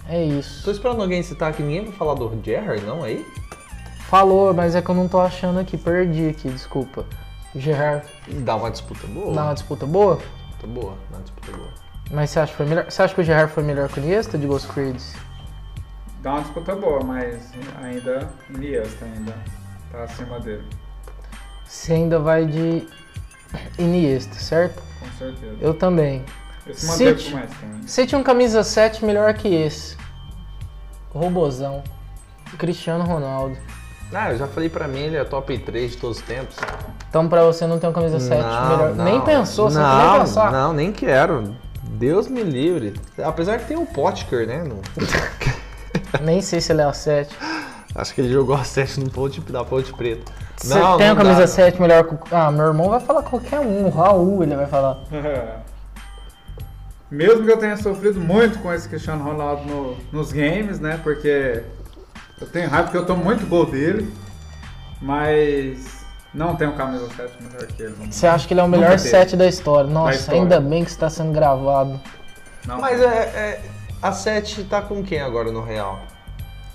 D: É isso.
F: Tô esperando alguém citar aqui, ninguém vai falar do Gerrard, não, aí?
D: Falou, mas é que eu não tô achando aqui. Perdi aqui, desculpa. Gerard
F: Dá uma disputa boa.
D: dá uma disputa boa?
F: disputa boa, dá uma disputa boa.
D: Mas você acha que foi melhor? Você acha que o Gerard foi melhor que o Iniesta de Ghost Creeds?
E: Dá uma disputa boa, mas ainda Iniesta ainda tá acima dele,
D: Você ainda vai de Iniesta, certo?
E: com certeza.
D: Eu também.
E: Esse manteve
D: City.
E: por mais tempo.
D: Você tinha um camisa 7 melhor que esse. Robozão. Cristiano Ronaldo.
F: Ah, eu já falei pra mim, ele é top 3 de todos os tempos.
D: Então pra você não ter um camisa 7 melhor. Nem pensou, você não, nem
F: não,
D: pensar.
F: Não, nem quero. Deus me livre. Apesar que tem o Potker, né? no-
D: Nem sei se ele é o 7.
F: Acho que ele jogou a 7 no ponte, da Ponte Preta.
D: Você tem
F: não
D: um camisa
F: dá.
D: 7 melhor que o. Ah, meu irmão vai falar qualquer um, o Raul ele vai falar.
E: Mesmo que eu tenha sofrido muito com esse Cristiano Ronaldo no- nos games, né? Porque eu tenho raiva porque eu tomo muito gol dele, mas não tenho camisa 7 melhor que ele. não-
D: Você acha que ele é o
E: Nunca
D: melhor
E: teve.
D: 7 da história? Nossa,
E: história.
D: ainda bem que está sendo gravado.
E: Não,
F: Mas é, é- a 7 tá com quem agora no Real?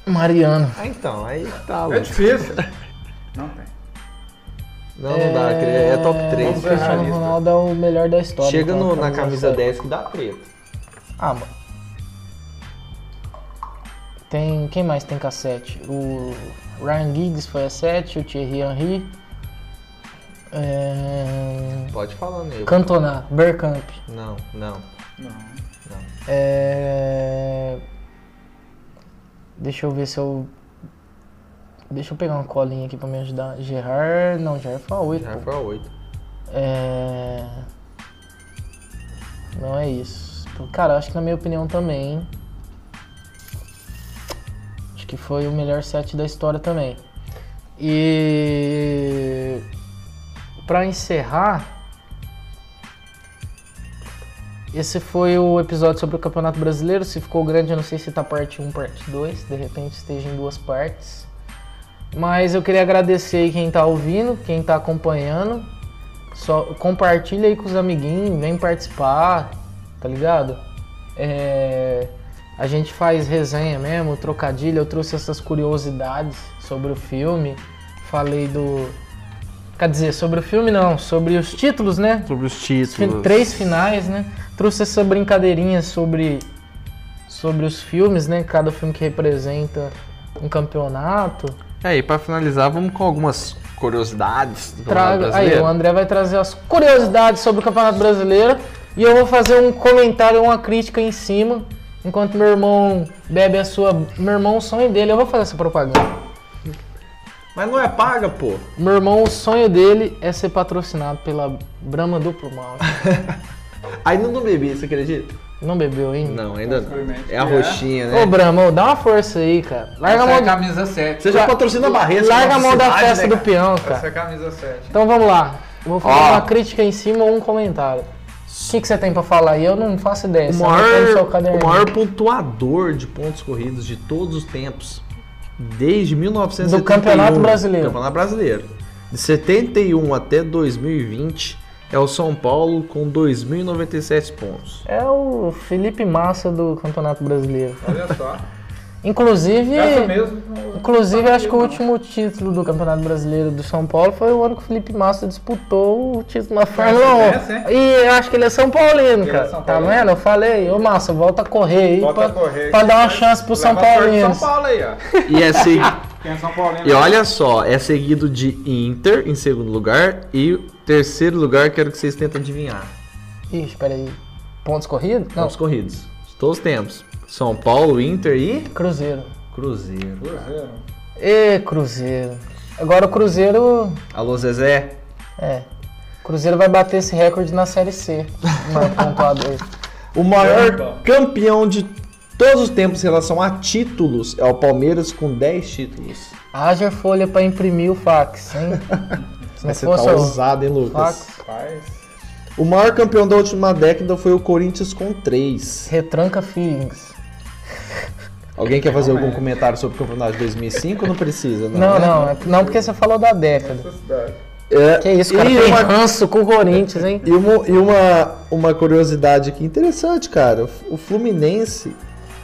D: Mariano.
F: Ah, então, aí tá.
E: é
F: Lu.
E: difícil. não tem.
F: Não, não dá, aquele é top 3.
D: O Cristiano
E: realista.
D: Ronaldo é o melhor da história.
F: Chega
D: então,
F: no- na camisa
D: sete.
F: 10 que dá treta.
D: Ah, mano. Tem. Quem mais tem cassete? O Ryan Giggs foi a 7, o Thierry Henry. É...
F: Pode falar, nego.
D: Cantona, Bergkamp.
F: Não, não.
E: Não.
D: É... Deixa eu ver se eu. Deixa eu pegar uma colinha aqui pra me ajudar. Gerard. Não, Gerard foi a 8.
F: Já foi a 8.
D: É... Não é isso. Cara, acho que na minha opinião também. hein? Acho que foi o melhor set da história também. E pra encerrar, esse foi o episódio sobre o Campeonato Brasileiro. Se ficou grande, eu não sei se tá parte 1, parte 2, de repente esteja em duas partes. Mas eu queria agradecer aí quem tá ouvindo, quem tá acompanhando. Só compartilha aí com os amiguinhos, vem participar, tá ligado? É, a gente faz resenha mesmo, trocadilho. Eu trouxe essas curiosidades sobre o filme. Falei do. Quer dizer, sobre o filme não, sobre os títulos, né?
F: Sobre os
D: Fi-
F: títulos.
D: Três finais, né? Trouxe essa brincadeirinha sobre, sobre os filmes, né? Cada filme que representa um campeonato.
F: É, e pra finalizar, vamos com algumas curiosidades do Campeonato
D: Traga, aí,
F: Brasileiro.
D: o André vai trazer as curiosidades sobre o Campeonato Brasileiro e eu vou fazer um comentário, uma crítica em cima, enquanto meu irmão bebe a sua. Meu irmão, o sonho dele, eu vou fazer essa propaganda.
F: Mas não é paga, pô.
D: Meu irmão, o sonho dele é ser patrocinado pela Brahma Duplo Mal.
F: Ainda não bebi, você acredita?
D: Não bebeu ainda?
F: Não, ainda não.
E: Infelizmente.
F: É a roxinha, né?
D: Ô, Brahma, ô, dá uma força aí, cara. Larga a
E: Essa é
D: mão,
E: a camisa 7.
F: Você já patrocina a barreira.
D: larga a mão da festa
F: né?
D: do peão, cara.
E: Essa é a camisa 7.
D: Então vamos lá. Vou fazer
F: Ó.
D: uma crítica em cima ou um comentário. O que, que você tem pra falar aí? Eu não faço ideia.
F: O
D: você
F: maior,
D: anotei no seu
F: o
D: caderninho.
F: maior pontuador de pontos corridos de todos os tempos, desde 1971.
D: Do Campeonato Brasileiro.
F: Campeonato Brasileiro. De 71 até 2020 é o São Paulo com 2.097 pontos.
D: É o Felipe Massa do Campeonato Brasileiro.
E: Olha só.
D: Inclusive,
E: Essa mesmo.
D: inclusive acho que o último título do Campeonato Brasileiro do São Paulo foi o ano que o Felipe Massa disputou o título na Fórmula 1.
E: dessa, hein?
D: e eu acho que ele é São Paulino,
E: Ele é
D: cara.
E: São
D: tá
E: Paulino.
D: vendo? Eu falei, ô Massa, volta a correr aí
E: Bota
D: pra,
E: a correr.
D: pra dar uma chance pro
E: Leva
D: São
E: a sorte de
D: Paulino.
E: São Paulo aí, ó.
F: E é seguido.
E: Quem é São Paulino?
F: E olha só, é seguido de Inter em segundo lugar e terceiro lugar quero que vocês tentem adivinhar.
D: Ih, peraí. Pontos corridos? Não,
F: Pontos corridos. De todos os tempos. São Paulo, Inter e
D: Cruzeiro.
F: Cruzeiro.
E: Cruzeiro.
D: Ê, Cruzeiro. Agora o Cruzeiro.
F: Alô Zezé,
D: É. Cruzeiro vai bater esse recorde na Série C. Na pontuador.
F: o maior campeão de todos os tempos em relação a títulos é o Palmeiras com 10 títulos.
D: Haja folha pra imprimir o fax, hein? Se não
F: Você tá
D: fosse o
F: ousado, hein, Lucas?
D: fax,
E: Paz.
F: O maior campeão da última década foi o Corinthians com 3.
D: retranca feelings.
F: Alguém quer fazer algum comentário sobre o campeonato de 2005? Não precisa, não.
D: é. Não,
F: né?
D: não, é- não porque você falou da década.
E: Essa cidade.
F: É,
D: Que isso, cara,
F: e
D: tem
F: uma-
D: ranço com o Corinthians, hein?
F: E uma, e uma, uma curiosidade aqui interessante, cara. O Fluminense,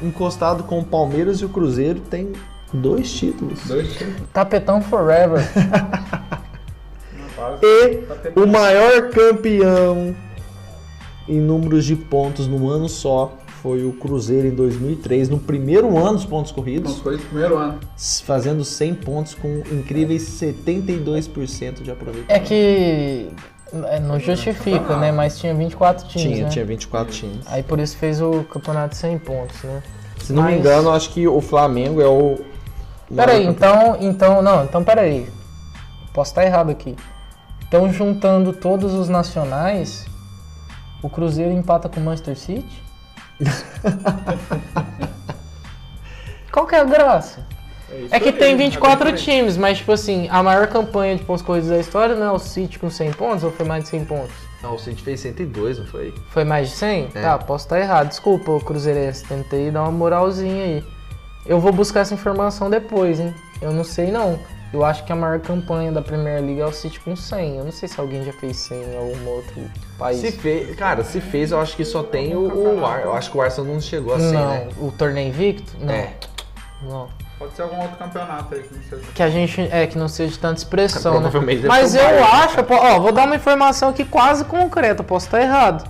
F: encostado com o Palmeiras e o Cruzeiro, tem dois títulos.
E: Dois times.
D: Tapetão forever.
E: Paz.
F: E
E: Tá tendo-
F: o maior campeão em números de pontos num ano só foi o Cruzeiro em 2003, no primeiro ano dos pontos
E: Os
F: corridos,
E: coisas do primeiro ano.
F: fazendo 100 pontos com incríveis 72% de aproveitamento.
D: É que é, não justifica, né? Mas tinha 24 times,
F: Tinha,
D: né?
F: tinha 24 times.
D: Aí por isso fez o campeonato sem pontos, né?
F: Se não
D: Mas-
F: me engano, acho que o Flamengo é o.
D: Peraí,
F: maior
D: então, então, não, então peraí. Posso estar errado aqui. Então, juntando todos os nacionais, o Cruzeiro empata com o Manchester City? Qual que é a graça? É que tem 24 times, mas tipo assim, a maior campanha de pontos corridos da história não é o City com 100 pontos ou foi mais de 100 pontos?
F: Não, o City fez 102, não foi?
D: Foi mais de 100?
F: É.
D: Tá, posso estar errado. Desculpa, ô Cruzeirense. Tentei dar uma moralzinha aí. Eu vou buscar essa informação depois, hein? Eu não sei, não. Eu acho que a maior campanha da Premier League é o City com 100. Eu não sei se alguém já fez 100 em algum outro país.
F: Se fez, cara, se fez, eu acho que só tem o, o Ar, eu acho que o Arsenal não chegou a 100,
D: não,
F: né?
D: o torneio invicto? Não.
F: É.
D: Não.
E: Pode ser algum outro campeonato aí que não seja.
D: Que a gente. É, que não seja de tanta expressão. né?
F: Provavelmente deve
D: Mas
F: ser
D: eu
F: o Bayern,
D: acho. po- Ó, vou dar uma informação aqui quase concreta, posso estar errado.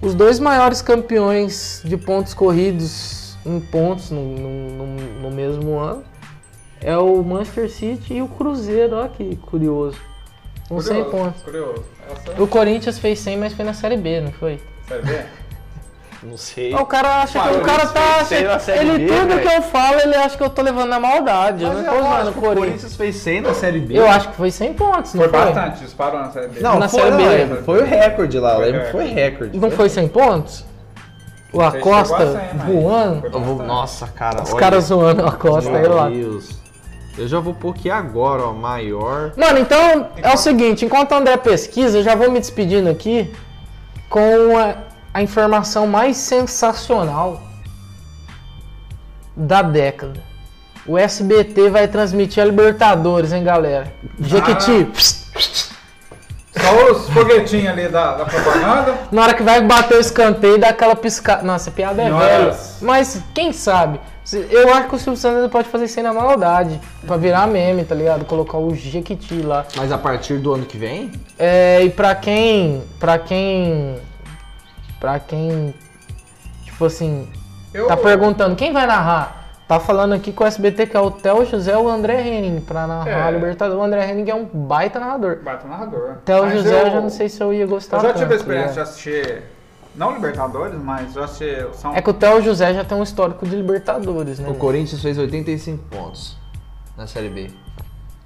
D: Os dois maiores campeões de pontos corridos em pontos no, no- no- no mesmo ano é o Manchester City e o Cruzeiro. Olha que curioso. Com 100
E: Curioso,
D: pontos.
E: Curioso. Essa, é
D: O Corinthians fez 100, mas foi na Série B, não foi?
E: você vê?
F: Não sei.
D: O cara acha que. O
F: Mas
D: cara tá.
F: fez 100 na
D: Acha,
F: Série
D: ele
F: B,
D: tudo que
F: velho.
D: eu falo, ele acha que eu tô levando na maldade. eu não tô usando o Corinthians.
F: fez 100 na Série B.
D: Eu acho que foi 100 pontos, não
E: Foi
D: foi?
E: bastante, disparou na série B.
F: Não,
D: na
F: foi,
D: Série B.
F: lembro, foi o recorde lá,
E: Foi
F: lembro, foi recorde.
D: Não foi 100 pontos? O
E: Você chegou
D: Acosta
E: a 100, mas
D: voando.
E: foi
F: Eu vou-
E: bastante.
F: nossa, cara,
D: Os
F: olha.
D: caras zoando o Acosta aí lá.
F: Meu Deus. Eu já vou pôr aqui agora, ó, maior.
D: Mano, então é o seguinte: enquanto o André pesquisa, eu já vou me despedindo aqui com a, a informação mais sensacional da década. O SBT vai transmitir a Libertadores, hein, galera? Jequiti.
E: Só os foguetinhos ali da, da propaganda.
D: Na hora que vai bater o escanteio, dá aquela piscada. Nossa, a piada é
E: Nossa.
D: velha. Mas quem sabe? Se- Eu acho que o Silvio Santos ainda pode fazer isso aí na maldade. Pra virar meme, tá ligado? Colocar o Jequiti lá.
F: Mas a partir do ano que vem?
D: É, e pra quem. Pra quem. Pra quem. Tipo assim.
E: Eu,
D: Tá perguntando quem vai narrar? Tá falando aqui com o SBT que é o Theo José e o André Henning pra narrar
E: É.
D: a Libertadores. O André Henning é um baita narrador.
E: Bato narrador.
D: Theo
E: Mas
D: José, eu já não sei se tá né? eu ia gostar
E: Eu já
D: tanto,
E: tive a
D: ligado?
E: experiência de assistir, não Libertadores, mas já assisti o São
D: É que o Theo José já tem um histórico de Libertadores, né?
F: O Corinthians fez 85 pontos na Série B.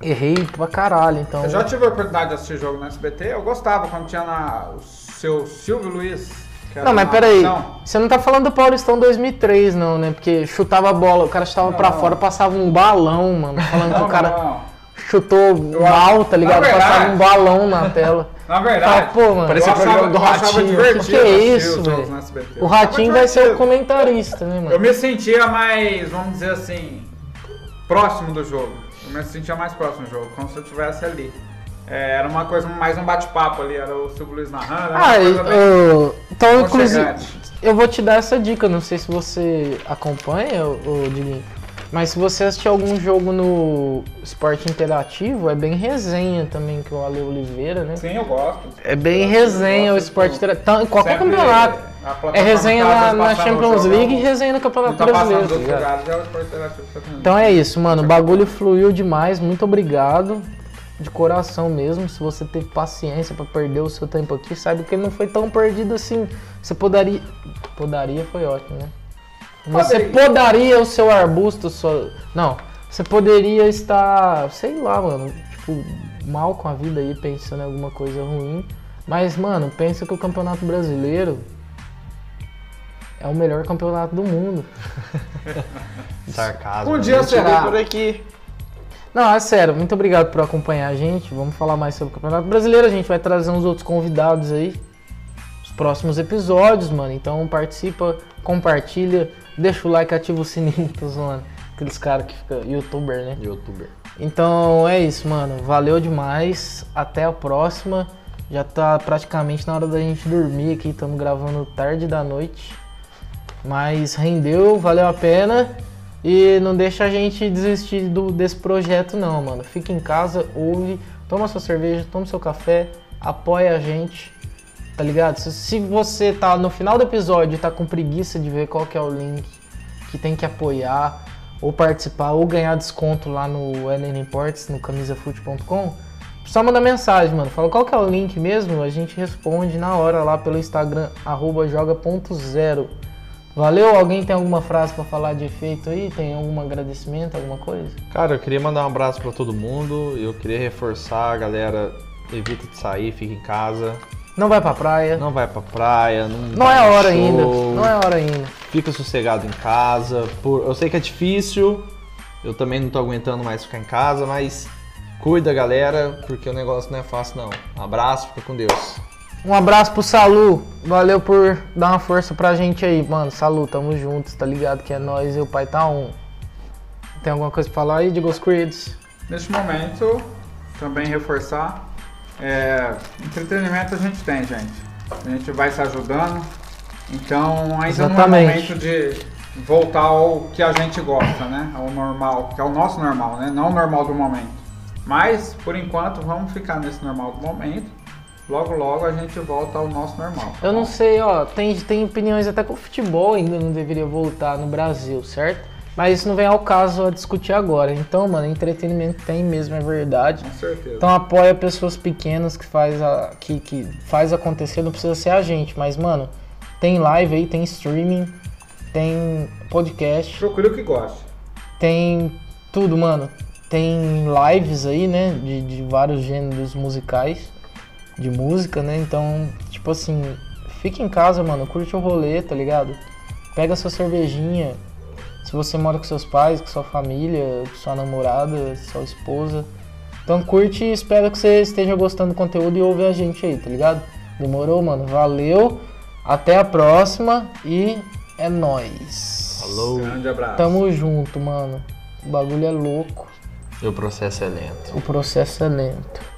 D: Errei pra caralho, então.
E: Eu já tive a oportunidade de assistir jogo no SBT, eu gostava quando tinha na, o seu Silvio Luiz. que era
D: Não, mas
E: na-
D: peraí.
E: Não,
D: Você não tá falando do Paulistão 2003, não, né? Porque chutava a bola, o cara chutava pra fora, passava um balão, mano. Falando que
E: não,
D: o cara
E: não.
D: chutou mal, tá ligado?
E: Na verdade-
D: passava um balão na tela.
E: Na
D: Fala,
E: verdade,
D: pô, mano.
E: eu
F: Parece- Esse é o
E: achava,
F: programa do
E: eu achava
F: Ratinho.
E: divertido
D: Que
E: assistir
D: isso,
E: os jogos
D: velho.
E: no SBT.
D: O Ratinho
E: Achava
D: vai ser o
E: divertido.
D: comentarista, né, mano?
E: Eu me sentia mais, vamos dizer assim, próximo do jogo. Eu me sentia mais próximo do jogo, como se eu estivesse ali. É, era uma coisa, mais um bate-papo ali, era o Silvio Luiz narrando. era uma
D: Ah,
E: coisa bem
D: eu- então, inclusive,
E: aconchegante.
D: eu vou te dar essa dica. Não sei se você acompanha, ô ô, Diguinho. Mas se você assistir algum jogo no esporte interativo, é bem resenha também que o Ale Oliveira, né?
E: Sim, eu gosto.
D: É bem
E: Eu
D: resenha
E: gosto
D: o esporte
E: do-
D: interativo. Tá, em qualquer
E: Sempre
D: campeonato.
E: a plataforma
D: É resenha
E: que tá
D: na,
E: passando
D: na
E: o
D: Champions
E: jogão,
D: League e resenha no Campeonato
E: Não tá
D: Brasileiro. tá
E: passando dos
D: ligado?
E: lugares, é o esporte interativo que tá fazendo.
D: Então é isso, mano. O bagulho fluiu demais. Muito obrigado. De coração mesmo. Se você teve paciência pra perder o seu tempo aqui, sabe que ele não foi tão perdido assim. Você podaria. Podaria foi ótimo, né? Você podaria o seu arbusto, sua. Não. Você poderia estar, sei lá, mano, tipo, mal com a vida aí, pensando em alguma coisa ruim. Mas, mano, pensa que o Campeonato Brasileiro é o melhor campeonato do mundo.
F: Sarcasmo.
C: Um dia
F: né?
C: será.
F: Por aqui.
D: Não, é sério, muito obrigado por acompanhar a gente. Vamos falar mais sobre o Campeonato Brasileiro. A gente vai trazer uns outros convidados aí. Os próximos episódios, mano. Então participa, compartilha, deixa o like, ativa o sininho, tô zoando. Aqueles caras que ficam youtuber, né?
F: Youtuber.
D: Então é isso, mano. Valeu demais. Até a próxima. Já tá praticamente na hora da gente dormir aqui. Estamos gravando tarde da noite. Mas rendeu, valeu a pena. E não deixa a gente desistir do, desse projeto, não, mano. Fica em casa, ouve, toma sua cerveja, toma seu café, apoia a gente. Tá ligado? Se, se você tá no final do episódio e tá com preguiça de ver qual que é o link que tem que apoiar ou participar ou ganhar desconto lá no LN Imports, no camisafute.com, só manda mensagem, mano. Fala qual que é o link mesmo, a gente responde na hora lá pelo Instagram, arroba joga.zero. Valeu? Alguém tem alguma frase pra falar de efeito aí? Tem algum agradecimento, alguma coisa?
F: Cara, eu queria mandar um abraço pra todo mundo. Eu queria reforçar, galera. Evita de sair, fica em casa.
D: Não vai pra praia. Não,
F: Não vai pra praia. Não,
D: é
F: vai
D: a
F: no
D: hora
F: show.
D: ainda. Não é a hora ainda.
F: Fica sossegado em casa. Por... Eu sei que é difícil. Eu também não tô aguentando mais ficar em casa, mas cuida, galera, porque o negócio não é fácil, não. Abraço, fica com Deus.
D: Um abraço pro Salu. Valeu por dar uma força pra gente aí, mano. Salu, tamo juntos, tá ligado? Que é nós e o pai tá um. Tem alguma coisa pra falar aí, Digos Creeds?
E: Neste momento, também reforçar, é, entretenimento a gente tem, gente. A gente vai se ajudando. Então, ainda não é
D: Exatamente.
E: momento de voltar ao que a gente gosta, né? Ao normal, que é o nosso normal, né? Não o normal do momento. Mas, por enquanto, vamos ficar nesse normal do momento. Logo, logo a gente volta ao nosso normal.
D: Eu não sei, ó. Tem, tem opiniões até que o futebol ainda não deveria voltar no Brasil, certo? Mas isso não vem ao caso a discutir agora. Então, mano, entretenimento tem mesmo, é verdade.
E: Com certeza.
D: Então apoia pessoas pequenas que faz, a, que, que faz acontecer, não precisa ser a gente, mas, mano, tem live aí, tem streaming, tem podcast.
E: Procure o que goste.
D: Tem tudo, mano. Tem lives aí, né? De, de vários gêneros musicais, de música, né? Então, tipo assim, fica em casa, mano. Curte o rolê, tá ligado? Pega sua cervejinha. Se você mora com seus pais, com sua família, com sua namorada, sua esposa. Então curte e espero que você esteja gostando do conteúdo e ouve a gente aí, tá ligado? Demorou, mano? Valeu. Até a próxima e é nóis.
F: Falou.
E: Um Grande abraço.
D: Tamo junto, mano. O bagulho é louco,
F: Meu processo é lento.
D: o processo é lento.